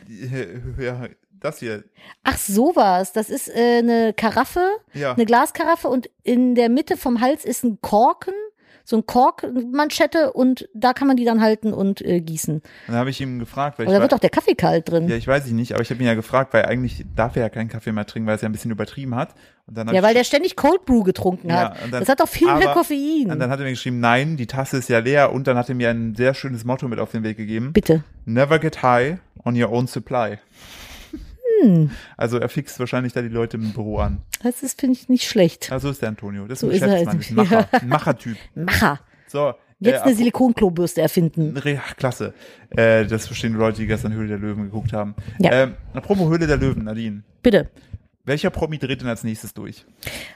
ja, das hier, Ach, sowas. Das ist äh, eine Karaffe, ja. eine Glaskaraffe und in der Mitte vom Hals ist ein Korken, so ein Korkmanschette und da kann man die dann halten und äh, gießen. Dann habe ich ihm gefragt, weil Aber ich da war, wird doch der Kaffee kalt drin. ja, Ja, ich weiß ich nicht, aber ich habe ihn ja gefragt, weil eigentlich darf er ja keinen Kaffee mehr trinken, weil er es ja ein bisschen übertrieben hat. Und dann hab ich weil der ständig Cold Brew getrunken Ja, hat. und dann- Das hat doch viel mehr aber- Und Koffein. dann hat er mir geschrieben, nein, die Tasse ist ja leer. Und dann hat er mir ein sehr schönes Motto mit auf den Weg gegeben. Bitte. Never get high on your own supply. Hm. Also er fixt wahrscheinlich da die Leute im Büro an. Das ist, finde ich, nicht schlecht. Also ist der Antonio. Das ist So ein ist er Geschäftsmann, als- ist ein Macher, ein Machertyp. Macher. So, Jetzt äh, ne eine Silikonklobürste erfinden. Re- Ach, klasse. Äh, das verstehen die Leute, die gestern Höhle der Löwen geguckt haben. Ja. Ähm, apropos Höhle der Löwen, Nadine. Bitte. Welcher Promi dreht denn als nächstes durch?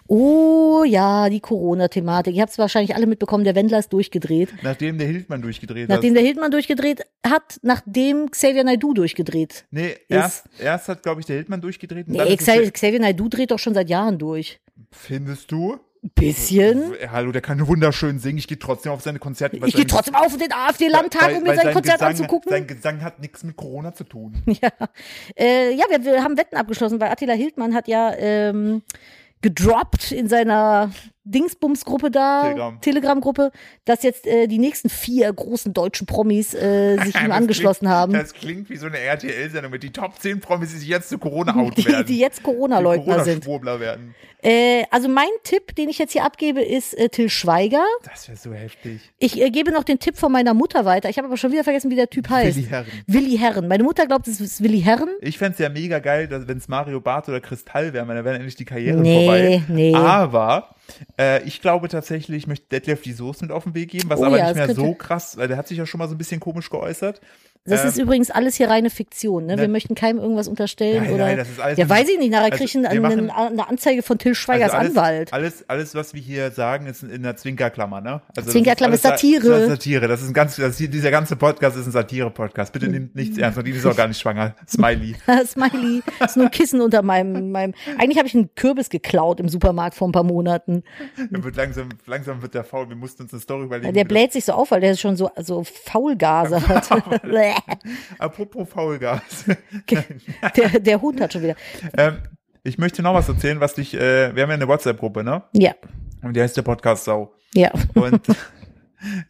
Oh ja, die Corona-Thematik. Ihr habt es wahrscheinlich alle mitbekommen, der Wendler ist durchgedreht. Nachdem der Hildmann durchgedreht Nachdem hat. der Hildmann durchgedreht hat, nachdem Xavier Naidoo durchgedreht. Nee, erst, erst hat, glaube ich, der Hildmann durchgedreht. Und dann Nee, ist es- Xavier, Xavier Naidoo dreht doch schon seit Jahren durch. Findest du? Bisschen. Hallo, der kann wunderschön singen. Ich gehe trotzdem auf seine Konzerte. weil Ich gehe sein- trotzdem auf den AfD-Landtag, weil- um mir weil sein Konzert Gesang, anzugucken. Sein Gesang hat nichts mit Corona zu tun. Ja, äh, ja wir, wir haben Wetten abgeschlossen, weil Attila Hildmann hat ja ähm, gedroppt in seiner Dingsbums-Gruppe da, Telegram. Telegram-Gruppe, dass jetzt äh, die nächsten vier großen deutschen Promis äh, sich ihm Das angeschlossen klingt, haben, Das klingt wie so eine RTL-Sendung mit die Top 10 Promis, die sich jetzt zu Corona out die, werden. die jetzt Corona-Leugner sind. Corona-Schwurbler werden. Äh, also mein Tipp, den ich jetzt hier abgebe, ist äh, Till Schweiger. Das wäre so heftig. Ich äh, gebe noch den Tipp von meiner Mutter weiter. Ich habe aber schon wieder vergessen, wie der Typ heißt. Willi Herren. Willi Herren. Meine Mutter glaubt, es ist Willi Herren. Ich fänd's ja mega geil, wenn es Mario Barth oder Kristall wären, weil dann wäre endlich die Karriere Nee, vorbei. nee. Aber äh, ich glaube tatsächlich, ich möchte Detlef die Soße mit auf den Weg geben, was Oh aber ja, nicht das mehr so könnte- krass, weil der hat sich ja schon mal so ein bisschen komisch geäußert. Das Ähm, ist übrigens alles hier reine Fiktion. Ne? Wir ne- möchten keinem irgendwas unterstellen. Nein, oder nein, das ist alles- ja, weiß ich nicht. Nachher Also, kriegen wir eine, machen- eine Anzeige von Till Schweigers Also alles, Anwalt. Alles, alles, was wir hier sagen, ist in der Zwinkerklammer, ne? Also das Zwinkerklammer ist alles Sa- Satire. Das ist Satire. Das ist ein ganz, das hier, dieser ganze Podcast ist ein Satire-Podcast. Bitte nimmt nichts Hm. ernst. Und die ist auch gar nicht schwanger. Smiley. Smiley, ist nur ein Kissen unter meinem, meinem. Eigentlich habe ich einen Kürbis geklaut im Supermarkt vor ein paar Monaten. Er wird langsam, langsam wird der faul. Wir mussten uns eine Story überlegen. Der wie das- bläht sich so auf, weil der schon so, so Faulgase hat. Bläh. Apropos Faulgas. der, der Hund hat schon wieder. ähm, ich möchte noch was erzählen, was dich, äh, wir haben ja eine WhatsApp-Gruppe, ne? Ja, Und die heißt der Podcast Sau. ja. Und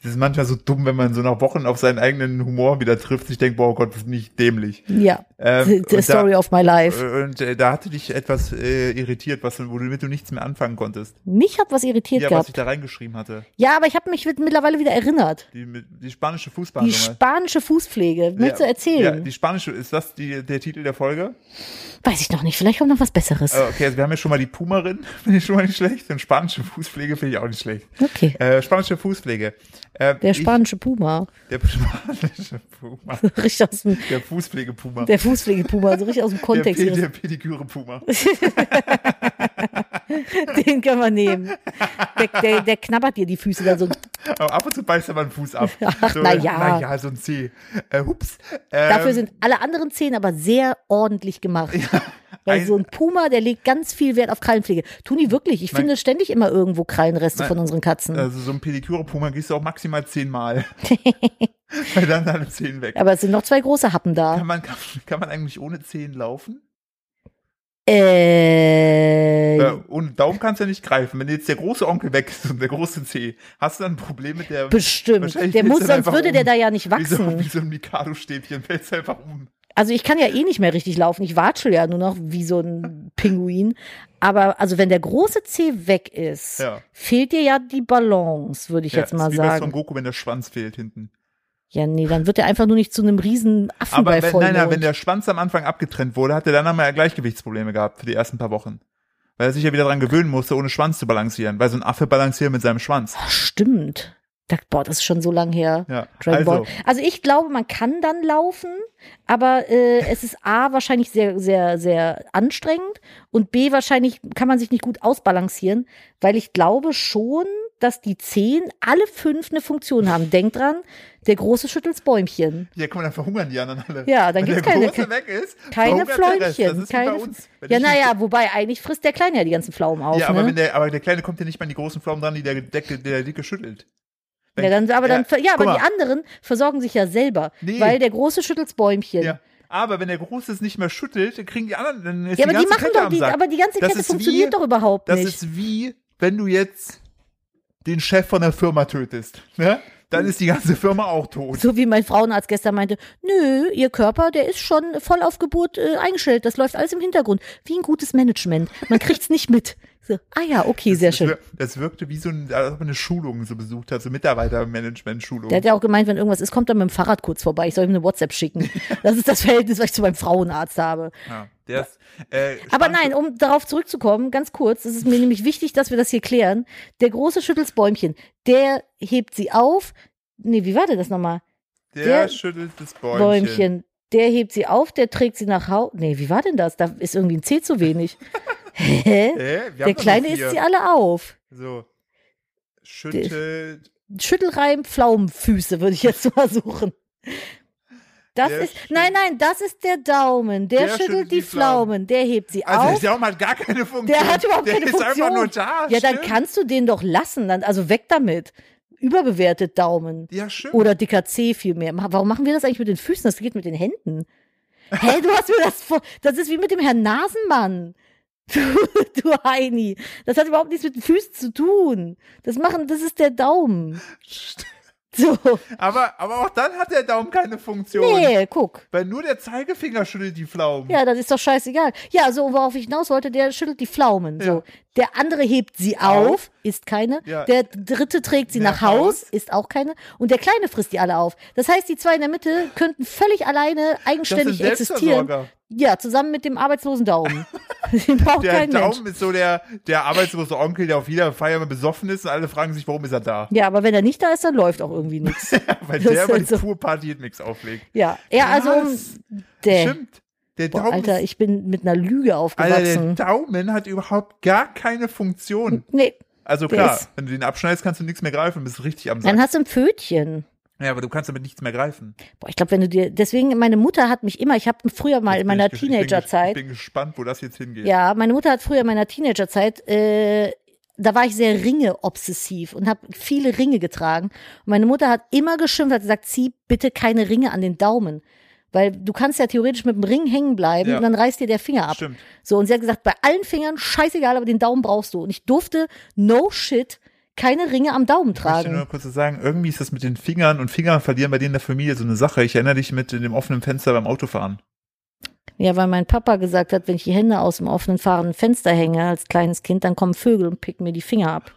das ist manchmal so dumm, wenn man so nach Wochen auf seinen eigenen Humor wieder trifft. Ich denke, boah oh Gott, bin ich dämlich. Ja, Ähm, the, und the da- story of my life. Äh, Und äh, da hatte dich etwas äh, irritiert, was, womit du nichts mehr anfangen konntest. Mich hat was irritiert Ja, was ich gehabt. da reingeschrieben hatte. Ja, aber ich habe mich mit- mittlerweile wieder erinnert. Die, mit- die spanische Die Fußballnummer. spanische Fußpflege. Möchtest du Ja, erzählen? die spanische, ist das die, der Titel der Folge? Weiß ich noch nicht. Vielleicht kommt noch was Besseres. Äh, okay, also wir haben ja schon mal die Pumarin, finde ich schon mal nicht schlecht. Und spanische Fußpflege finde ich auch nicht schlecht. Okay. Äh, spanische Fußpflege. Äh, Der ich- spanische Puma. Der spanische Puma. Richtig aus dem, Der Fußpflege-Puma. der Fußpflege-Puma, so richtig aus dem der, Kontext. Pe- der Pediküre-Puma. Den können wir nehmen. Der, der, der knabbert dir die Füße da so. Aber ab und zu beißt er mal einen Fuß ab. Ach, so, na ja. Na ja, so ein Zeh. Äh, hups. Dafür Ähm, sind alle anderen Zehen aber sehr ordentlich gemacht. Weil ein- so ein Puma, der legt ganz viel Wert auf Krallenpflege. Tun die wirklich. Ich Mein- finde ständig immer irgendwo Krallenreste Mein- von unseren Katzen. Also so ein Pediküre-Puma gehst du auch maximal zehnmal. Weil dann sind alle Zehen weg. Aber es sind noch zwei große Happen da. Kann man, kann, kann man eigentlich ohne Zehen laufen? Äh, Äh, ohne Daumen kannst du ja nicht greifen. Wenn jetzt der große Onkel weg ist und der große Zeh, hast du dann ein Problem mit der... bestimmt. wahrscheinlich Der fällst muss, du dann sonst einfach würde der um. da ja nicht Wie so, wachsen. wie so ein Mikado-Stäbchen fällst du einfach um. Also ich kann ja eh nicht mehr richtig laufen. Ich watschel ja nur noch wie so ein Pinguin. Aber also wenn der große Zeh weg ist, Ja. fehlt dir ja die Balance, würde ich Ja, jetzt ist mal wie bei Son sagen. Goku, wenn der Schwanz fehlt hinten. Ja, nee, dann wird er einfach nur nicht zu einem riesen Affen Aber bei wenn, nein, Vollmond. nein, wenn der Schwanz am Anfang abgetrennt wurde, hat er dann einmal Gleichgewichtsprobleme gehabt für die ersten paar Wochen. Weil er sich ja wieder dran gewöhnen musste, ohne Schwanz zu balancieren. Weil so ein Affe balanciert mit seinem Schwanz. Ach, Stimmt. Da- Boah, das ist schon so lang her. Ja, Dragon also. Ball. Also ich glaube, man kann dann laufen, aber äh, es ist A wahrscheinlich sehr, sehr, sehr anstrengend und B wahrscheinlich kann man sich nicht gut ausbalancieren, weil ich glaube schon, dass die Zehen alle fünf eine Funktion haben. Denk dran, der Große schüttelt's Bäumchen. Ja, komm, dann verhungern die anderen alle. Ja, Wenn dann gibt's der keine- Große weg ist, Keine verhungert der Rest. Das Fläumchen. ist wie bei Keine, uns. Wenn ja, ich- naja, wobei eigentlich frisst der Kleine ja die ganzen Pflaumen auf. Ja, aber, ne? wenn der, aber der Kleine kommt ja nicht mal an die großen Pflaumen dran, die der, Decke, der Dicke schüttelt. Ja, dann, aber dann, ver- ja, guck aber die mal. anderen versorgen sich ja selber, Nee. weil der große schüttelt's Bäumchen. Ja. Ja, Aber wenn der Große es nicht mehr schüttelt, kriegen die anderen, dann ist die aber die ganze machen Kette doch, am die, Sack. aber die ganze Das Kette ist funktioniert wie- doch überhaupt Das nicht. ist wie, wenn du jetzt den Chef von der Firma tötest, ne? Dann ist die ganze Firma auch tot. So wie mein Frauenarzt gestern meinte, nö, ihr Körper, der ist schon voll auf Geburt äh, eingestellt. Das läuft alles im Hintergrund. Wie ein gutes Management. Man kriegt's nicht mit. So, ah ja, okay, sehr schön. Das, wir- das wirkte wie so ein, als ob man eine Schulung so besucht hat, so Mitarbeitermanagement-Schulung. Der hat ja auch gemeint, wenn irgendwas ist, kommt er mit dem Fahrrad kurz vorbei. Ich soll ihm eine WhatsApp schicken. Das ist das Verhältnis, was ich zu meinem Frauenarzt habe. Ja, der ist, äh, Aber stand- nein, um darauf zurückzukommen, ganz kurz, es ist mir nämlich wichtig, dass wir das hier klären. Der große Schüttelsbäumchen, der hebt sie auf. Nee, wie war denn das nochmal? der, der- schüttelt das Bäumchen. Bäumchen. Der hebt sie auf, der trägt sie nach Hause. Nee, wie war denn das? Da ist irgendwie ein C zu wenig. Hä? Äh, wir Der haben doch Kleine noch vier. isst sie alle auf. So. Schüttelt. Schüttelreim Pflaumenfüße würde ich jetzt mal suchen. Das Der ist, schüttelt- nein, nein, das ist der Daumen. Der, schüttelt, die Pflaumen. der hebt sie Also, auf. der Daumen hat gar keine Funktion. Der hat überhaupt der keine ist Funktion. einfach nur da. ja, dann stimmt. kannst du den doch lassen. Dann, also weg damit. Überbewertet Daumen. Ja, stimmt. Oder dicker C vielmehr. Ma- Warum machen wir das eigentlich mit den Füßen? Das geht mit den Händen. Hä, du hast mir das vor. Das ist wie mit dem Herrn Nasenmann. Du, du Heini. Das hat überhaupt nichts mit den Füßen zu tun. Das machen, das ist der Daumen. Stimmt. So. Aber, aber auch dann hat der Daumen keine Funktion. Nee, guck. Weil nur der Zeigefinger schüttelt die Pflaumen. Ja, das ist doch scheißegal. Ja, so worauf ich hinaus wollte, der schüttelt die Pflaumen. So. Ja. Der andere hebt sie auf, ist keine. Ja. Der dritte trägt sie nach, Nach Haus. Haus, ist auch keine. Und der Kleine frisst die alle auf. Das heißt, die zwei in der Mitte könnten völlig alleine das eigenständig ist existieren. Selbstversorger. Ja, zusammen mit dem arbeitslosen Daumen. Den braucht Der kein Daumen Mensch. ist so der, der arbeitslose Onkel, der auf jeder Feier mal besoffen ist und alle fragen sich, warum ist er da? Ja, aber wenn er nicht da ist, dann läuft auch irgendwie nichts. Weil Das der ist immer halt die so. pure Party und nichts auflegt. Ja, ja, also Krass. der, Stimmt. Der boah, Daumen, Alter, ist, ich bin mit einer Lüge Alter, der aufgewachsen. Daumen hat überhaupt gar keine Funktion. nee, Also Der klar, ist- wenn du den abschneidest, kannst du nichts mehr greifen, bist richtig am dann Sack. hast du ein Pfötchen. Ja, aber du kannst damit nichts mehr greifen. Boah, ich glaube, wenn du dir, deswegen, meine Mutter hat mich immer, ich habe früher mal in meiner Ich bin- ich bin ges- Ich Teenagerzeit, bin gespannt, wo das jetzt hingeht. ja, meine Mutter hat früher in meiner Teenagerzeit, äh, da war ich sehr Ringe-obsessiv und habe viele Ringe getragen. Und meine Mutter hat immer geschimpft, hat gesagt, zieh bitte keine Ringe an den Daumen. Weil du kannst ja theoretisch mit dem Ring hängen bleiben Ja. und dann reißt dir der Finger ab. Stimmt. So, und sie hat gesagt, bei allen Fingern, scheißegal, aber den Daumen brauchst du. Und ich durfte, no shit, keine Ringe am Daumen Ich möchte tragen. nur kurz was sagen, irgendwie ist das mit den Fingern und Fingern verlieren bei denen in der Familie so eine Sache. Ich erinnere dich mit dem offenen Fenster beim Autofahren. Ja, weil mein Papa gesagt hat, wenn ich die Hände aus dem offenen fahrenden Fenster hänge als kleines Kind, dann kommen Vögel und picken mir die Finger ab.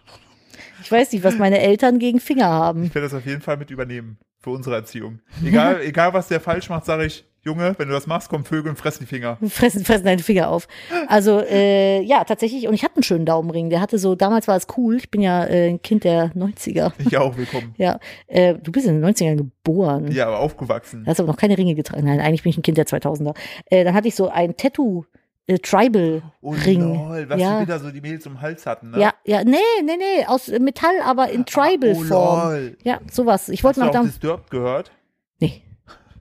Ich weiß nicht, was meine Eltern gegen Finger haben. Ich werde das auf jeden Fall mit übernehmen für unsere Erziehung. Egal, egal was der falsch macht, sage ich, Junge, wenn du das machst, kommen Vögel und fressen die Finger. Fressen, fressen deine Finger auf. Also, äh, ja, tatsächlich. Und ich hatte einen schönen Daumenring. Der hatte so, damals war es cool. Ich bin ja äh, ein Kind der 90er. Ich auch, willkommen. Ja, äh, du bist in den 90ern geboren. Ja, aber aufgewachsen. Da hast du aber noch keine Ringe getragen. Nein, eigentlich bin ich ein Kind der 2000er. Äh, dann hatte ich so ein Tattoo, äh, Tribal Oh Ring. lol, was ja. die wieder so die Mädels um den Hals hatten, ne? ja, ja, nee, nee, nee, aus äh, Metall, aber in Tribal oh, Form. lol. Ja, sowas. Ich Hast wollte du noch auch dann, Disturbed gehört? nee,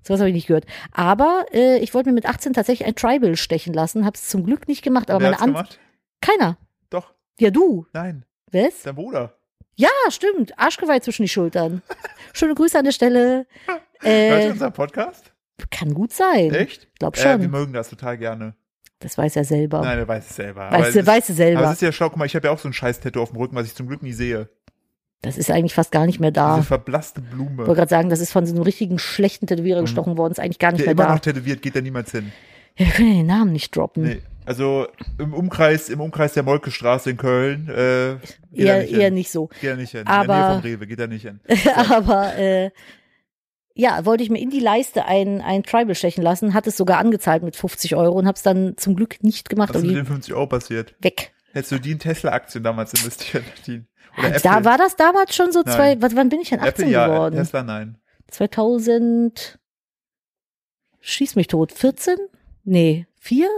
sowas habe ich nicht gehört. Aber äh, ich wollte mir mit 18 tatsächlich ein Tribal stechen lassen, habe es zum Glück nicht gemacht, aber Wer meine hat's An gemacht? keiner. Doch, Ja, du, nein, was? dein Bruder. Ja, stimmt. Arschgeweih zwischen die Schultern. Schöne Grüße an der Stelle. Hört ihr Äh, unseren Podcast? kann gut sein. Echt? Glaub Äh, wir schon. mögen das total gerne. das weiß er selber. Nein, er weiß es selber. Aber weißt es du, ist- weißt du selber. Aber es ist ja schlau, guck mal, ich habe ja auch so ein scheiß Tattoo auf dem Rücken, was ich zum Glück nie sehe. Das ist eigentlich fast gar nicht mehr Diese da. verblasste Ich wollte Blume. gerade sagen, das ist von so einem richtigen schlechten Tätowierer gestochen worden, ist eigentlich gar nicht Mhm. Der mehr immer da. noch tätowiert, geht da niemals hin. Ja, wir können ja den Namen nicht droppen. Nee. Also im Umkreis, im Umkreis der Molkestraße in Köln, äh, geht er eher, nicht eher hin. nicht so. Geht er nicht hin. In Aber- der Nähe vom Rewe, geht er nicht hin. Aber äh, ja, wollte ich mir in die Leiste ein, ein Tribal stechen lassen, hat es sogar angezahlt mit 50 Euro und habe es dann zum Glück nicht gemacht Was ist und mit die den 50 Euro passiert? weg. Hättest du Also die in Tesla-Aktien damals investiert? Die, oder Apple? Ah, Da war das damals schon so Nein. zwei, was, wann bin ich denn 18 Apple, ja, geworden? Tesla, nein. 2000, schieß mich tot, 14? Nee, 4?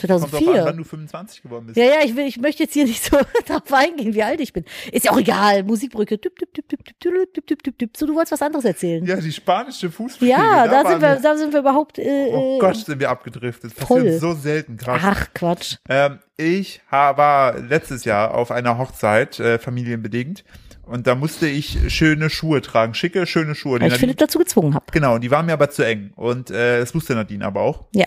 Kommt drauf an, wann 2004? du 25 geworden bist. Also Ja, ja, ich, will, ich möchte jetzt hier nicht so drauf eingehen, wie alt ich bin. Ist ja auch egal. Musikbrücke. Düpp, düpp, düpp, düpp, düpp, düpp, düpp, düpp, düpp, düpp. So, du wolltest was anderes erzählen. Ja, Ja, die spanische Fußballliga. da, waren sind wir, da sind wir überhaupt. Äh, Oh äh, Gott, sind wir abgedriftet. Das Voll. passiert so selten, krass. Ach, Quatsch. Ähm, ich ha- war letztes Jahr auf einer Hochzeit, äh, familienbedingt, und da musste ich schöne Schuhe tragen, schicke, schöne Schuhe. Die Weil ich Nadine, Philipp dazu gezwungen habe. genau, und die waren mir aber zu eng. Und äh, das wusste Nadine aber auch. Ja.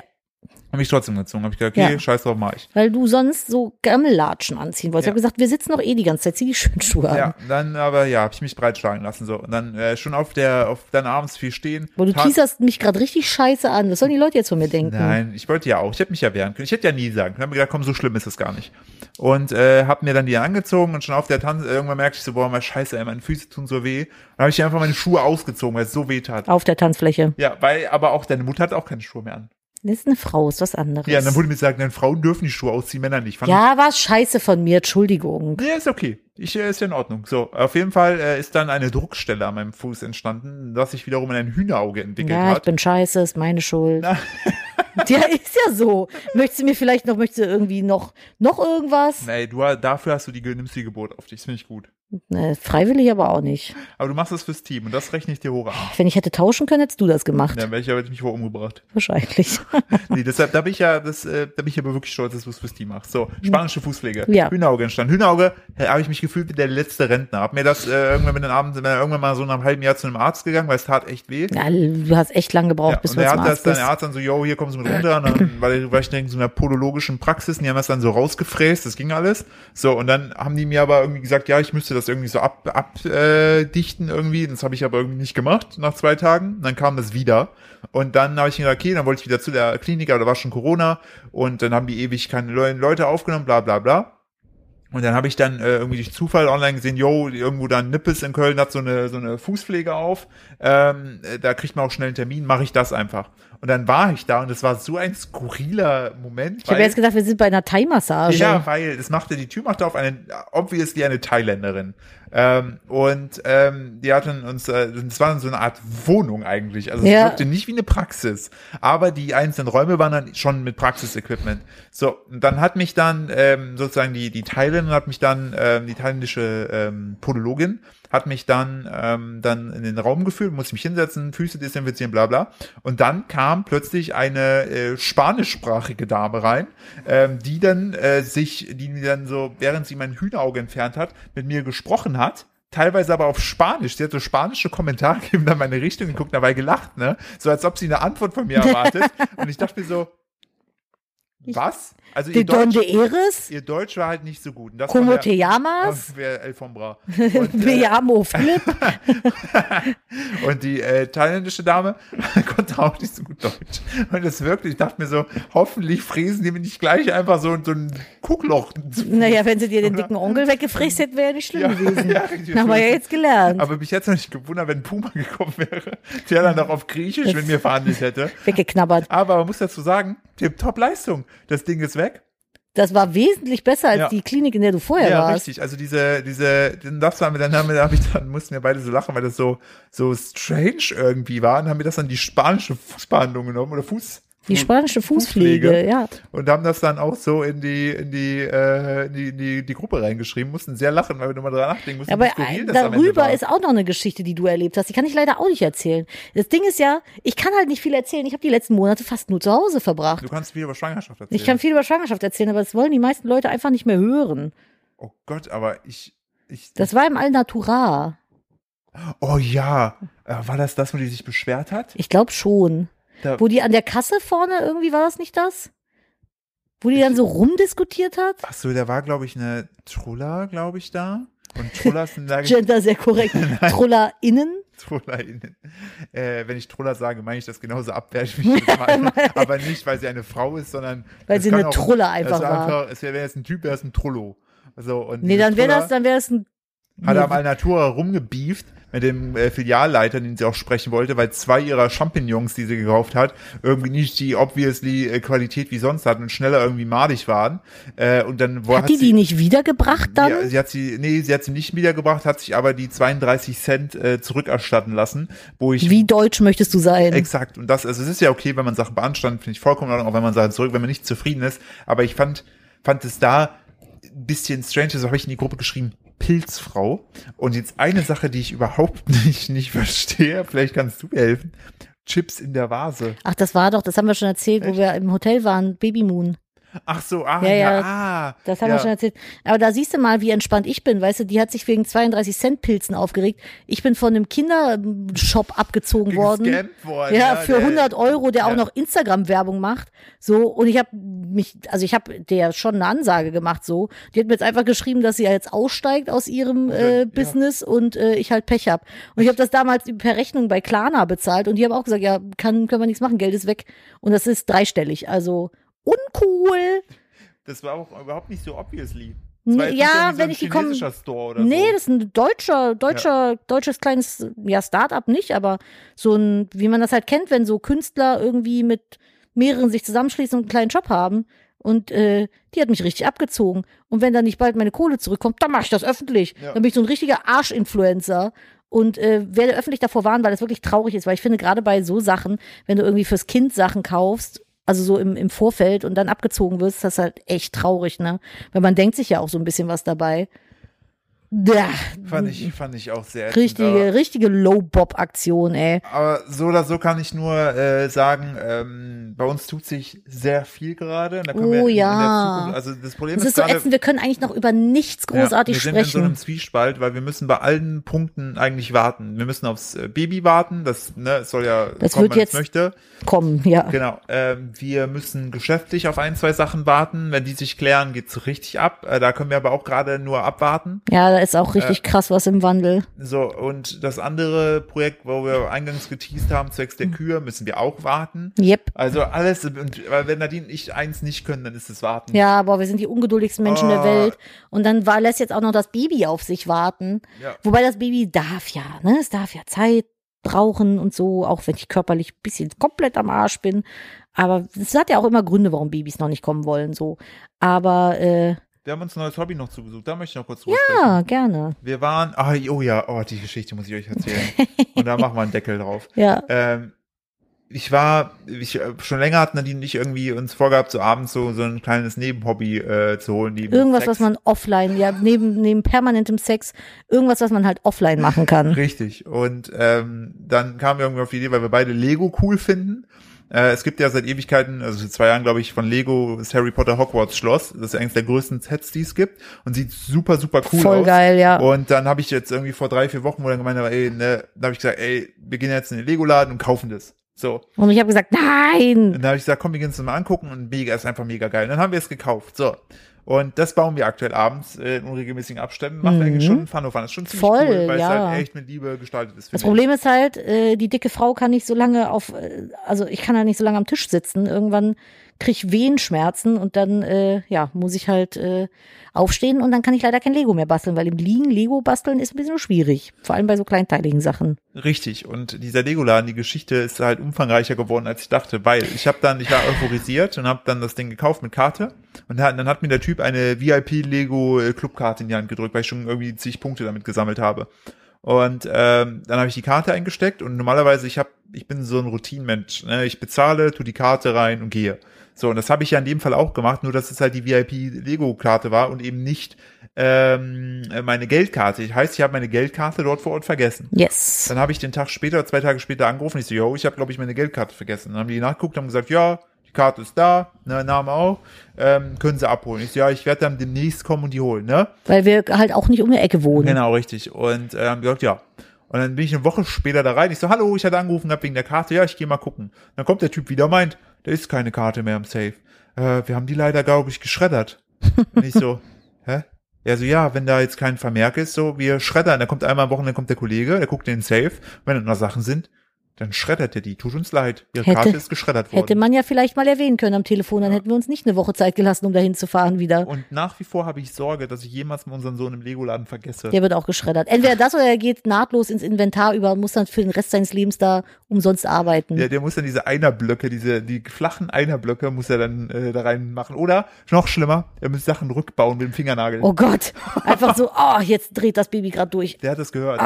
Habe ich trotzdem gezogen. Habe ich gedacht, okay, Ja. scheiß drauf, mach ich. Weil du sonst so Gammellatschen anziehen wolltest. Ja. Ich habe gesagt, wir sitzen doch eh die ganze Zeit, zieh die schönen Schuhe an. Ja, dann aber ja, habe ich mich breitschlagen lassen so und dann äh, schon auf der auf dann abends viel stehen. Boah, du Tag- teaserst mich gerade richtig scheiße an. Was sollen die Leute jetzt von mir denken? Nein, ich wollte ja auch. Ich hätte mich ja wehren können. Ich hätte ja nie sagen können. Ich habe mir gedacht, komm, so schlimm ist es gar nicht. Und äh, habe mir dann die angezogen und schon auf der Tanz irgendwann merkte ich so, boah, meine Scheiße, ey, meine Füße tun so weh. Dann habe ich einfach meine Schuhe ausgezogen, weil es so weh tat. Auf der Tanzfläche. Ja, weil aber auch deine Mutter hat auch keine Schuhe mehr an. Das ist eine Frau, ist was anderes. Ja, und dann wurde mir gesagt, nein, Frauen dürfen die Schuhe ausziehen, Männer nicht. Fand Ja, war scheiße von mir, Entschuldigung. Ja, ist okay. Ich, äh, ist ja in Ordnung. So, auf jeden Fall äh, ist dann eine Druckstelle an meinem Fuß entstanden, das sich wiederum in ein Hühnerauge entwickelt Ja, ich hat. bin scheiße, ist meine Schuld. ja, ist ja so. Möchtest du mir vielleicht noch, möchtest du irgendwie noch, noch irgendwas? Ey, du, ha- dafür hast du die, nimmst die Geburt auf dich. Das finde ich gut. Nee, Äh, freiwillig aber auch nicht. Aber du machst es fürs Team und das rechne ich dir hoch an. Wenn ich hätte tauschen können, hättest du das gemacht. Dann wäre ich aber jetzt mich wohl umgebracht. Wahrscheinlich. Nee, deshalb, da bin ich ja, das, äh, da bin ich aber wirklich stolz, dass du es fürs Team machst. So, spanische Fußpflege. Ja. Hühnerauge entstanden. Hühnerauge, äh, habe ich mich gefühlt wie der letzte Rentner. Hab mir das äh, irgendwann mit den Abend, bin irgendwann mal so nach einem halben Jahr zu einem Arzt gegangen, weil es tat echt weh. ja, du hast echt lang gebraucht, Ja, bis und du der jetzt hat mal das Arzt dann, bist. der Arzt dann so, yo, hier kommst du mit runter, und dann, weil, weil ich denke, so einer podologischen Praxis, und die haben das dann so rausgefräst, das ging alles. So, und dann haben die mir aber irgendwie gesagt, ja, ich müsste das irgendwie so ab, abdichten äh, dichten irgendwie, das habe ich aber irgendwie nicht gemacht nach zwei Tagen. Und dann kam das wieder. Und dann habe ich mir gedacht, okay, dann wollte ich wieder zu der Klinik, aber da war schon Corona, und dann haben die ewig keine Le- Leute aufgenommen, bla, bla, bla. Und dann habe ich dann äh, irgendwie durch Zufall online gesehen, yo, irgendwo da ein Nippes in Köln hat so eine, so eine Fußpflege auf. Ähm, äh, da kriegt man auch schnell einen Termin, mache ich das einfach. Und dann war ich da und es war so ein skurriler Moment. Ich habe jetzt gedacht, wir sind bei einer Thai-Massage. Ja, weil es machte, die Tür machte auf eine, obviously eine Thailänderin. Ähm, und ähm, die hatten uns, äh, es war so eine Art Wohnung eigentlich. Also es Ja. wirkte nicht wie eine Praxis, aber die einzelnen Räume waren dann schon mit Praxisequipment. So, und dann hat mich dann ähm, sozusagen die, die Thailänderin hat mich dann, ähm, die thailändische ähm, Podologin hat mich dann, ähm, dann in den Raum geführt, musste mich hinsetzen, Füße desinfizieren, bla bla. Und dann kam plötzlich eine äh, spanischsprachige Dame rein, ähm, die dann äh, sich, die mir dann so, während sie mein Hühnerauge entfernt hat, mit mir gesprochen hat. Teilweise aber auf Spanisch. Sie hat so spanische Kommentare gegeben, dann meine Richtung geguckt, dabei gelacht, ne? So als ob sie eine Antwort von mir erwartet. Und ich dachte mir so, was? Also Die ihr Deutsch, Donde Eres, ihr Deutsch war halt nicht so gut. Und das Como war te llamas, der, El Fombra. Und, me äh, llamo Philipp. Und die äh, thailändische Dame konnte auch nicht so gut Deutsch. Und das wirklich, ich dachte mir so, hoffentlich fräsen die mir nicht gleich einfach so, so ein Kuckloch. zu- Naja, wenn sie dir den dicken Onkel weggefräst hätten, wäre ja nicht schlimm Ja, gewesen. ja, richtig. Dann haben wir ja jetzt gelernt. Aber mich hätte es noch nicht gewundert, wenn Puma gekommen wäre, der dann noch auf Griechisch mit mir verhandelt hätte. Weggeknabbert. Aber man muss dazu sagen, Top-Leistung. Das Ding ist weg. Das war wesentlich besser als Ja. die Klinik, in der du vorher Ja, warst. richtig. Also diese, diese, denn das war mir dann, haben wir- da hab ich dann mussten wir beide so lachen, weil das so, so strange irgendwie war und haben wir das dann die spanische Fußbehandlung genommen oder Fuß. Die spanische Fußpflege, Fußpflege. ja. Und haben das dann auch so in die, in die, äh, in die, in die, die Gruppe reingeschrieben, mussten sehr lachen, weil wir nochmal dran nachdenken mussten, Aber äh, skurril das am Ende darüber war. ist auch noch eine Geschichte, die du erlebt hast. Die kann ich leider auch nicht erzählen. Das Ding ist ja, ich kann halt nicht viel erzählen. Ich habe die letzten Monate fast nur zu Hause verbracht. Du kannst viel über Schwangerschaft erzählen. Ich kann viel über Schwangerschaft erzählen, aber das wollen die meisten Leute einfach nicht mehr hören. oh Gott, aber ich, ich, Das war im Allnatural. oh ja, Äh, war das das, wo die sich beschwert hat? Ich glaube schon. Da- Wo die an der Kasse vorne irgendwie war das nicht das? Wo die dann so rumdiskutiert hat? Ach so, da war, glaube ich, eine Trulla, glaube ich, da. Und Trullas sind da Gender sehr korrekt. TrollerInnen? TrollerInnen. Äh, wenn ich Troller sage, meine ich das genauso abwertig, wie ich das meine. Aber nicht, weil sie eine Frau ist, sondern Weil es sie kann eine Trolle einfach es ist war. es wäre jetzt ein Typ, wäre es ein Trollo. So, und Nee, dieses dann wäre Troller das, dann wäre das ein. Hat er am Alnatura rumgebieft mit dem äh, Filialleiter, den sie auch sprechen wollte, weil zwei ihrer Champignons, die sie gekauft hat, irgendwie nicht die obviously äh, Qualität wie sonst hatten und schneller irgendwie madig waren. Äh, und dann wo, Hat die sie, die nicht wiedergebracht dann? ja, sie hat sie, nee, sie hat sie nicht wiedergebracht, hat sich aber die 32 Cent äh, zurückerstatten lassen, wo ich Wie deutsch möchtest du sein? Exakt. Und das, also es ist ja okay, wenn man Sachen beanstandet, finde ich vollkommen in Ordnung, auch wenn man Sachen zurück, wenn man nicht zufrieden ist. Aber ich fand, fand es da ein bisschen strange, das habe ich in die Gruppe geschrieben, Pilzfrau. Und jetzt eine Sache, die ich überhaupt nicht, nicht verstehe, vielleicht kannst du mir helfen. Chips in der Vase. Ach, das war doch, das haben wir schon erzählt, wo wir im Hotel waren, Baby Moon. Ach so, ah, Ja, ja, ja, ah, ja. Das haben ja. wir schon erzählt. Aber da siehst du mal, wie entspannt ich bin. Weißt du, die hat sich wegen 32 Cent Pilzen aufgeregt. Ich bin von einem Kindershop abgezogen worden. Gescampt worden. Ja, für ne, der- 100 Euro, der ja. auch noch Instagram-Werbung macht. So, und ich habe mich, also ich habe der schon eine Ansage gemacht, so. Die hat mir jetzt einfach geschrieben, dass sie ja jetzt aussteigt aus ihrem dann- äh, ja. Business und äh, ich halt Pech hab. Und ich habe das damals per Rechnung bei Klarna bezahlt und die haben auch gesagt, ja, kann, können wir nichts machen, Geld ist weg. Und das ist dreistellig, also uncool. Das war auch überhaupt nicht so obviously. Nee, Das war jetzt ja, nicht irgendwie so wenn ein ich gekommen- chinesischer Store oder Nee, so. das ist ein deutscher, deutscher, deutsches kleines, ja, Start-up nicht, aber so ein, wie man das halt kennt, wenn so Künstler irgendwie mit mehreren sich zusammenschließen und einen kleinen Job haben. Und äh, die hat mich richtig abgezogen. Und wenn dann nicht bald meine Kohle zurückkommt, dann mache ich das öffentlich. Ja. Dann bin ich so ein richtiger Arsch-Influencer und äh, werde öffentlich davor warnen, weil das wirklich traurig ist. Weil ich finde, gerade bei so Sachen, wenn du irgendwie fürs Kind Sachen kaufst, also so im, im Vorfeld und dann abgezogen wirst, das ist halt echt traurig, ne? Weil man denkt sich ja auch so ein bisschen was dabei. Ja, Fand ich, fand ich auch sehr ätzend, richtige, richtige Low-Bob-Aktion, ey. Aber so oder so kann ich nur äh, sagen, ähm, bei uns tut sich sehr viel gerade. und Da können Oh wir in, in ja. der Zukunft, also das Problem Es ist ist so gerade, ätzend, wir können eigentlich noch über nichts ja, großartig wir sind in so sprechen. einem Zwiespalt, weil wir müssen bei allen Punkten eigentlich warten. Wir müssen aufs äh, Baby warten, das ne, es soll ja Das kommen, wenn wird es jetzt- möchte. Komm, ja. Genau. Ähm, wir müssen geschäftlich auf ein, zwei Sachen warten. Wenn die sich klären, geht's richtig ab. Äh, da können wir aber auch gerade nur abwarten. Ja, da ist auch Äh. richtig krass was im Wandel. So, und das andere Projekt, wo wir eingangs geteased haben, zwecks Mhm. der Kühe, müssen wir auch warten. Yep. Also alles, und weil wenn Nadine und ich eins nicht können, dann ist es warten. Ja, boah, wir sind die ungeduldigsten Menschen Ah. der Welt. Und dann war, lässt jetzt auch noch das Baby auf sich warten. Ja. Wobei das Baby darf ja, ne? Es darf ja Zeit brauchen und so, auch wenn ich körperlich ein bisschen komplett am Arsch bin. Aber es hat ja auch immer Gründe, warum Babys noch nicht kommen wollen, so. Aber äh, Wir haben uns ein neues Hobby noch zugesucht, da möchte ich noch kurz drüber ja, sprechen. gerne. Wir waren, ah, oh ja, oh, die Geschichte muss ich euch erzählen. und da machen wir einen Deckel drauf. Ja. Ähm, ich war, ich, äh, schon länger hat Nadine und ich irgendwie uns vorgehabt, so abends so, so ein kleines Nebenhobby äh, zu holen. Neben Irgendwas, Sex. was man offline, ja, neben, neben permanentem Sex, irgendwas, was man halt offline machen kann. Richtig. Und ähm, dann kamen wir irgendwie auf die Idee, weil wir beide Lego cool finden. Äh, es gibt ja seit Ewigkeiten, also seit zwei Jahren, glaube ich, von Lego das Harry Potter Hogwarts Schloss. Das ist eines der größten Sets, die es gibt. Und sieht super, super cool Voll aus. geil, ja. Und dann habe ich jetzt irgendwie vor drei, vier Wochen, wo dann gemeint habe, ey, ne, da habe ich gesagt, ey, wir gehen jetzt in den Lego-Laden und kaufen das. So. Und ich habe gesagt, nein! Und dann habe ich gesagt, komm, wir gehen uns das mal angucken und mega, ist einfach mega geil. Und dann haben wir es gekauft. So. Und das bauen wir aktuell abends äh, in unregelmäßigen Abständen. Machen wir eigentlich schon einen Funhof an. Das ist schon ziemlich Mhm. Voll, cool, weil es ja. halt echt mit Liebe gestaltet ist. Das finde ich. Problem ist halt, äh, die dicke Frau kann nicht so lange auf, äh, also ich kann halt nicht so lange am Tisch sitzen. Irgendwann krieg ich Wehenschmerzen und dann, äh, ja, muss ich halt äh, aufstehen und dann kann ich leider kein Lego mehr basteln, weil im Liegen Lego basteln ist ein bisschen schwierig. Vor allem bei so kleinteiligen Sachen. Richtig. Und dieser Legoladen, die Geschichte ist halt umfangreicher geworden, als ich dachte, weil ich habe dann, ich war euphorisiert und habe dann das Ding gekauft mit Karte und dann dann hat mir der Typ eine VIP Lego äh, Clubkarte in die Hand gedrückt, weil ich schon irgendwie zig Punkte damit gesammelt habe. Und ähm, dann habe ich die Karte eingesteckt und normalerweise ich habe, ich bin so ein Routinenmensch. Ne? Ich bezahle, tu die Karte rein und gehe. So und das habe ich ja in dem Fall auch gemacht, nur dass es halt die VIP Lego Karte war und eben nicht ähm, meine Geldkarte. Heißt, ich habe meine Geldkarte dort vor Ort vergessen. Yes. Dann habe ich den Tag später, zwei Tage später angerufen. Ich so, yo, ich habe, glaube ich, meine Geldkarte vergessen. Dann haben die nachgeguckt, haben gesagt, ja, die Karte ist da, ne, Name auch, ähm, können sie abholen. Ich so, ja, ich werde dann demnächst kommen und die holen, ne? Weil wir halt auch nicht um die Ecke wohnen. Genau, richtig. Und äh, haben gesagt, ja. Und dann bin ich eine Woche später da rein. Ich so, hallo, ich hatte angerufen gehabt wegen der Karte. Ja, ich gehe mal gucken. Dann kommt der Typ wieder, meint, da ist keine Karte mehr im Safe. Äh, wir haben die leider, glaube ich, geschreddert. Und ich so, hä? Ja, so, ja, wenn da jetzt kein Vermerk ist, so, wir schreddern. Da kommt einmal am Wochenende kommt der Kollege, der guckt in den Safe. Wenn da noch Sachen sind, dann schreddert er die. Tut uns leid. Ihre Hätte- Karte ist geschreddert worden. Hätte man ja vielleicht mal erwähnen können am Telefon, dann hätten wir uns nicht eine Woche Zeit gelassen, um dahin zu fahren wieder. und nach wie vor habe ich Sorge, dass ich jemals mal unseren Sohn im Legoladen vergesse. Der wird auch geschreddert. Entweder das oder er geht nahtlos ins Inventar über und muss dann für den Rest seines Lebens da umsonst arbeiten. Der, der muss dann diese Einerblöcke, diese, die flachen Einerblöcke muss er dann äh, da reinmachen. Oder, noch schlimmer, er muss Sachen rückbauen mit dem Fingernagel. Oh Gott, einfach so, oh, jetzt dreht das Baby gerade durch. Der hat das gehört.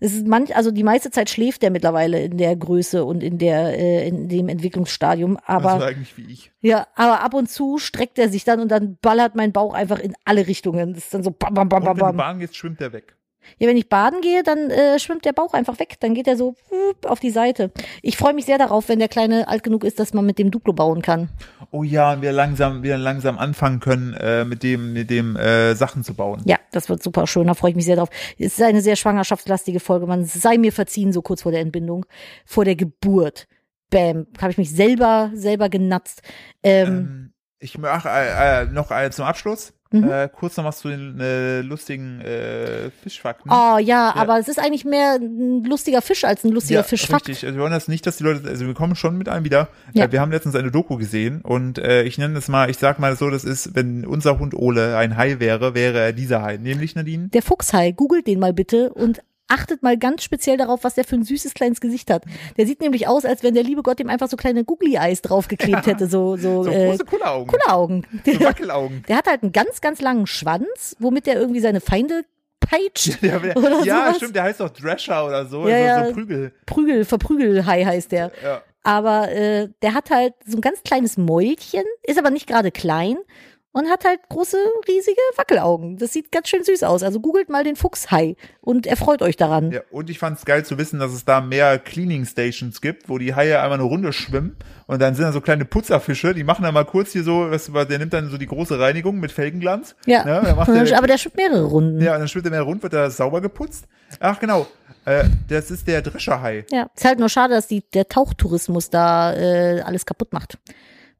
Es ist manch, also die meiste Zeit schläft der mittlerweile in der Größe und in der äh, in dem Entwicklungsstadium, das war aber eigentlich wie ich. ja, aber ab und zu streckt er sich dann und dann ballert mein Bauch einfach in alle Richtungen. Das ist dann so bam bam bam Und wenn bam du bam. Bahn gehst, schwimmt er weg. Ja, wenn ich baden gehe, dann äh, schwimmt der Bauch einfach weg. Dann geht er so wup, auf die Seite. Ich freue mich sehr darauf, wenn der Kleine alt genug ist, dass man mit dem Duplo bauen kann. Oh ja, und wir langsam, wir langsam anfangen können, äh, mit dem, mit dem äh, Sachen zu bauen. Ja, das wird super schön. Da freue ich mich sehr drauf. Es ist eine sehr schwangerschaftslastige Folge. Man sei mir verziehen, so kurz vor der Entbindung, vor der Geburt. Bäm, habe ich mich selber, selber genatzt. Ähm, Ähm, ich mache äh, äh, noch äh, zum Abschluss. Mhm. Äh, kurz noch was zu den äh, lustigen äh, Fischfakten. Oh ja, aber es ist eigentlich mehr ein lustiger Fisch als ein lustiger Fischfakt. Richtig. Also wir wollen das nicht, dass die Leute, also wir kommen schon mit einem wieder. Ja. Äh, Wir haben letztens eine Doku gesehen und äh, ich nenne das mal, ich sag mal so, das ist, wenn unser Hund Ole ein Hai wäre, wäre er dieser Hai, nämlich Nadine. Der Fuchshai, googelt den mal bitte und achtet mal ganz speziell darauf, was der für ein süßes kleines Gesicht hat. Der sieht nämlich aus, als wenn der liebe Gott ihm einfach so kleine Googly Eyes draufgeklebt hätte, so so, So äh, große Kulleraugen. Kulleraugen. So Wackelaugen. Der hat halt einen ganz ganz langen Schwanz, womit er irgendwie seine Feinde peitscht. Der, der, Oder ja, sowas. stimmt, der heißt doch Drescher oder so, Ja, so, ja. so Prügel. Prügel, Verprügelhai heißt der. Ja. Aber äh, der hat halt so ein ganz kleines Mäulchen, ist aber nicht gerade klein und hat halt große, riesige Wackelaugen. Das sieht ganz schön süß aus. Also googelt mal den Fuchshai und erfreut euch daran. Ja, und ich fand's geil zu wissen, dass es da mehr Cleaning Stations gibt, wo die Haie einmal eine Runde schwimmen und dann sind da so kleine Putzerfische, die machen dann mal kurz hier so, was, der nimmt dann so die große Reinigung mit Felgenglanz. Ja, Mhm, Ne, dann macht der, aber der schwimmt mehrere Runden. ja, und dann schwimmt er mehr rund, wird er sauber geputzt. Ach genau, äh, das ist der Drescherhai. Ja, ist halt nur schade, dass die, der Tauchtourismus da äh, alles kaputt macht.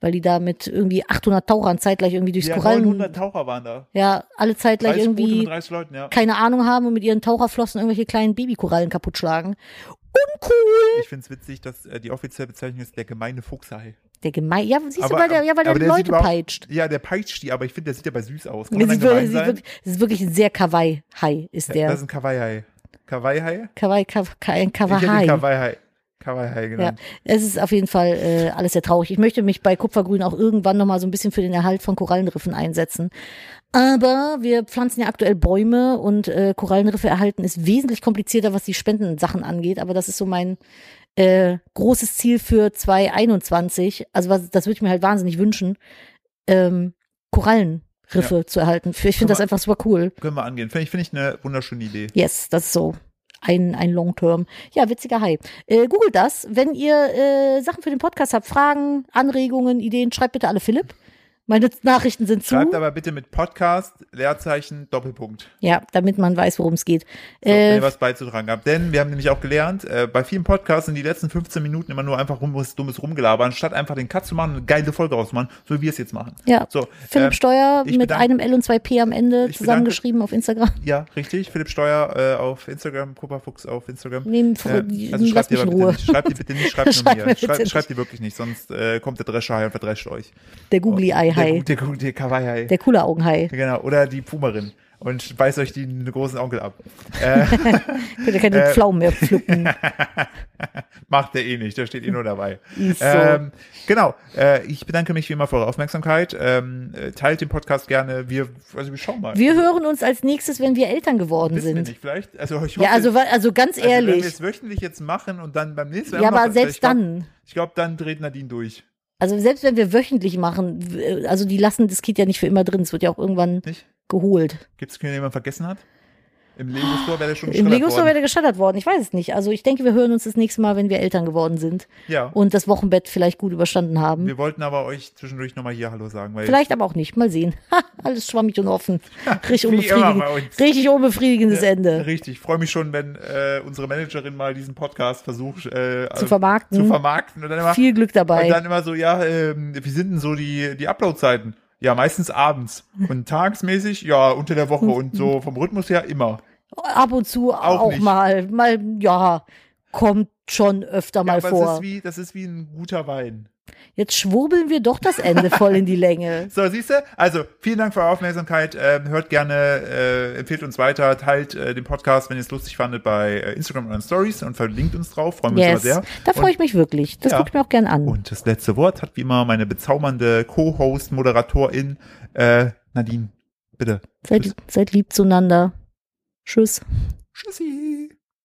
Weil die da mit irgendwie 800 Tauchern zeitgleich irgendwie durchs Ja, Korallen, 900 Taucher waren da. ja, alle zeitgleich 30 Boote mit irgendwie 30 Leuten, ja. keine Ahnung haben und mit ihren Taucherflossen irgendwelche kleinen Babykorallen kaputt schlagen. Uncool! Ich find's witzig, dass äh, die offizielle Bezeichnung ist der gemeine Fuchshai. Der gemein, ja, siehst Aber- du, weil der, ja, weil der aber die der sieht Leute überhaupt- peitscht. Ja, der peitscht die, aber ich finde, der sieht dabei süß aus. Kann Das man dann ist, gemein wirklich, sieht sein? wirklich, das ist wirklich ein sehr Kawaii-Hai, ist Das der. ist ein Kawaii-Hai. Kawaii-Hai? Kawaii, Kaw- Ka- ein Ich hätte ihn Kawaii. Kawaii-Hai. Kawaii-Hai Ja, genannt. es ist auf jeden Fall äh, alles sehr traurig. Ich möchte mich bei Kupfergrün auch irgendwann nochmal so ein bisschen für den Erhalt von Korallenriffen einsetzen. Aber wir pflanzen ja aktuell Bäume und äh, Korallenriffe erhalten ist wesentlich komplizierter, was die Spendensachen angeht. Aber das ist so mein äh, großes Ziel für 2021. Also was, das würde ich mir halt wahnsinnig wünschen, ähm, Korallenriffe zu erhalten. Für- Ich finde das Guck einfach super cool. Können wir angehen. Finde ich, finde ich eine wunderschöne Idee. Yes, das ist so. Ein, ein Long-Term. Ja, witziger Hi. Äh, googelt das. Wenn ihr äh, Sachen für den Podcast habt, Fragen, Anregungen, Ideen, schreibt bitte alle Philipp. Meine Nachrichten sind zu. Schreibt aber bitte mit Podcast, Leerzeichen, Doppelpunkt. Ja, damit man weiß, worum es geht. So, wenn Äh, ihr was beizutragen habt. Denn wir haben nämlich auch gelernt, äh, bei vielen Podcasts sind die letzten 15 Minuten immer nur einfach rummes, dummes Rumgelaber, anstatt einfach den Cut zu machen, eine geile Folge rauszumachen, so wie wir es jetzt machen. ja, So, Philipp ähm, Steuer ich mit bedanke- einem L und zwei P am Ich Ende bedanke- zusammengeschrieben auf Instagram. ja, richtig. Philipp Steuer äh, auf Instagram, Kupferfuchs auf Instagram. Nehmen, Äh, also lass schreibt mich ihr in aber bitte Ruhe. nicht, schreibt ihr bitte nicht, schreibt nur Schreibt mir mir. bitte Schreibt, schreibt ihr nicht. wirklich nicht, sonst äh, kommt der Drescher her und verdrescht euch. Der Googly-Eye-Hai. Der, der, der, der Kawaii. Der coole Augenhai. Genau, oder die Pumerin und beißt euch die einen großen Onkel ab. Der kann die Äh, Pflaumen mehr pflücken. Macht der eh nicht, der steht eh nur dabei. Ist so. ähm, genau, äh, ich bedanke mich wie immer für eure Aufmerksamkeit. Ähm, äh, teilt den Podcast gerne. Wir, also wir schauen mal. Wir hören uns als nächstes, wenn wir Eltern geworden Wissen wir sind. nicht, vielleicht. Also ich hoffe, Ja, also, wa- also ganz also wenn wir ehrlich. es wöchentlich jetzt machen und dann beim nächsten Mal. Ja, noch- aber selbst ich glaub, dann. Ich glaube, dann dreht Nadine durch. Also selbst wenn wir wöchentlich machen, w- also die lassen das Kind ja nicht für immer drin, es wird ja auch irgendwann Nicht? geholt. Gibt es den jemand vergessen hat? Im Lego Store wäre der schon Ah, Im geschreddert Lego Store worden. wäre geschattert worden, ich weiß es nicht. Also ich denke, wir hören uns das nächste Mal, wenn wir Eltern geworden sind Ja. und das Wochenbett vielleicht gut überstanden haben. Wir wollten aber euch zwischendurch nochmal hier Hallo sagen, weil Vielleicht aber auch nicht, mal sehen. Ha, Alles schwammig und offen. Richtig, wie immer unbefriedigend, bei uns. richtig unbefriedigendes Ende Richtig, ich freue mich schon, wenn äh, unsere Managerin mal diesen Podcast versucht äh, zu äh, vermarkten. zu vermarkten und dann immer, Viel Glück und dabei. dann immer so, ja, ähm, wie sind denn so die, die Upload-Zeiten? Ja, meistens abends und tagsmäßig, ja, unter der Woche und so vom Rhythmus her immer. Ab und zu auch, nicht. mal, mal, ja, kommt schon öfter mal Aber vor. Das, ist wie, das ist wie ein guter Wein. Jetzt schwurbeln wir doch das Ende voll in die Länge. So, siehst du? Also, vielen Dank für eure Aufmerksamkeit. Ähm, hört gerne, äh, empfehlt uns weiter, teilt äh, den Podcast, wenn ihr es lustig fandet, bei äh, Instagram und Stories und verlinkt uns drauf. Freuen wir uns Yes. immer sehr. Da freue ich mich wirklich. Das Ja. gucke ich mir auch gern an. Und das letzte Wort hat wie immer meine bezaubernde Co-Host-Moderatorin äh, Nadine. Bitte. Seid, Tschüss. seid lieb zueinander. Tschüss. Tschüssi.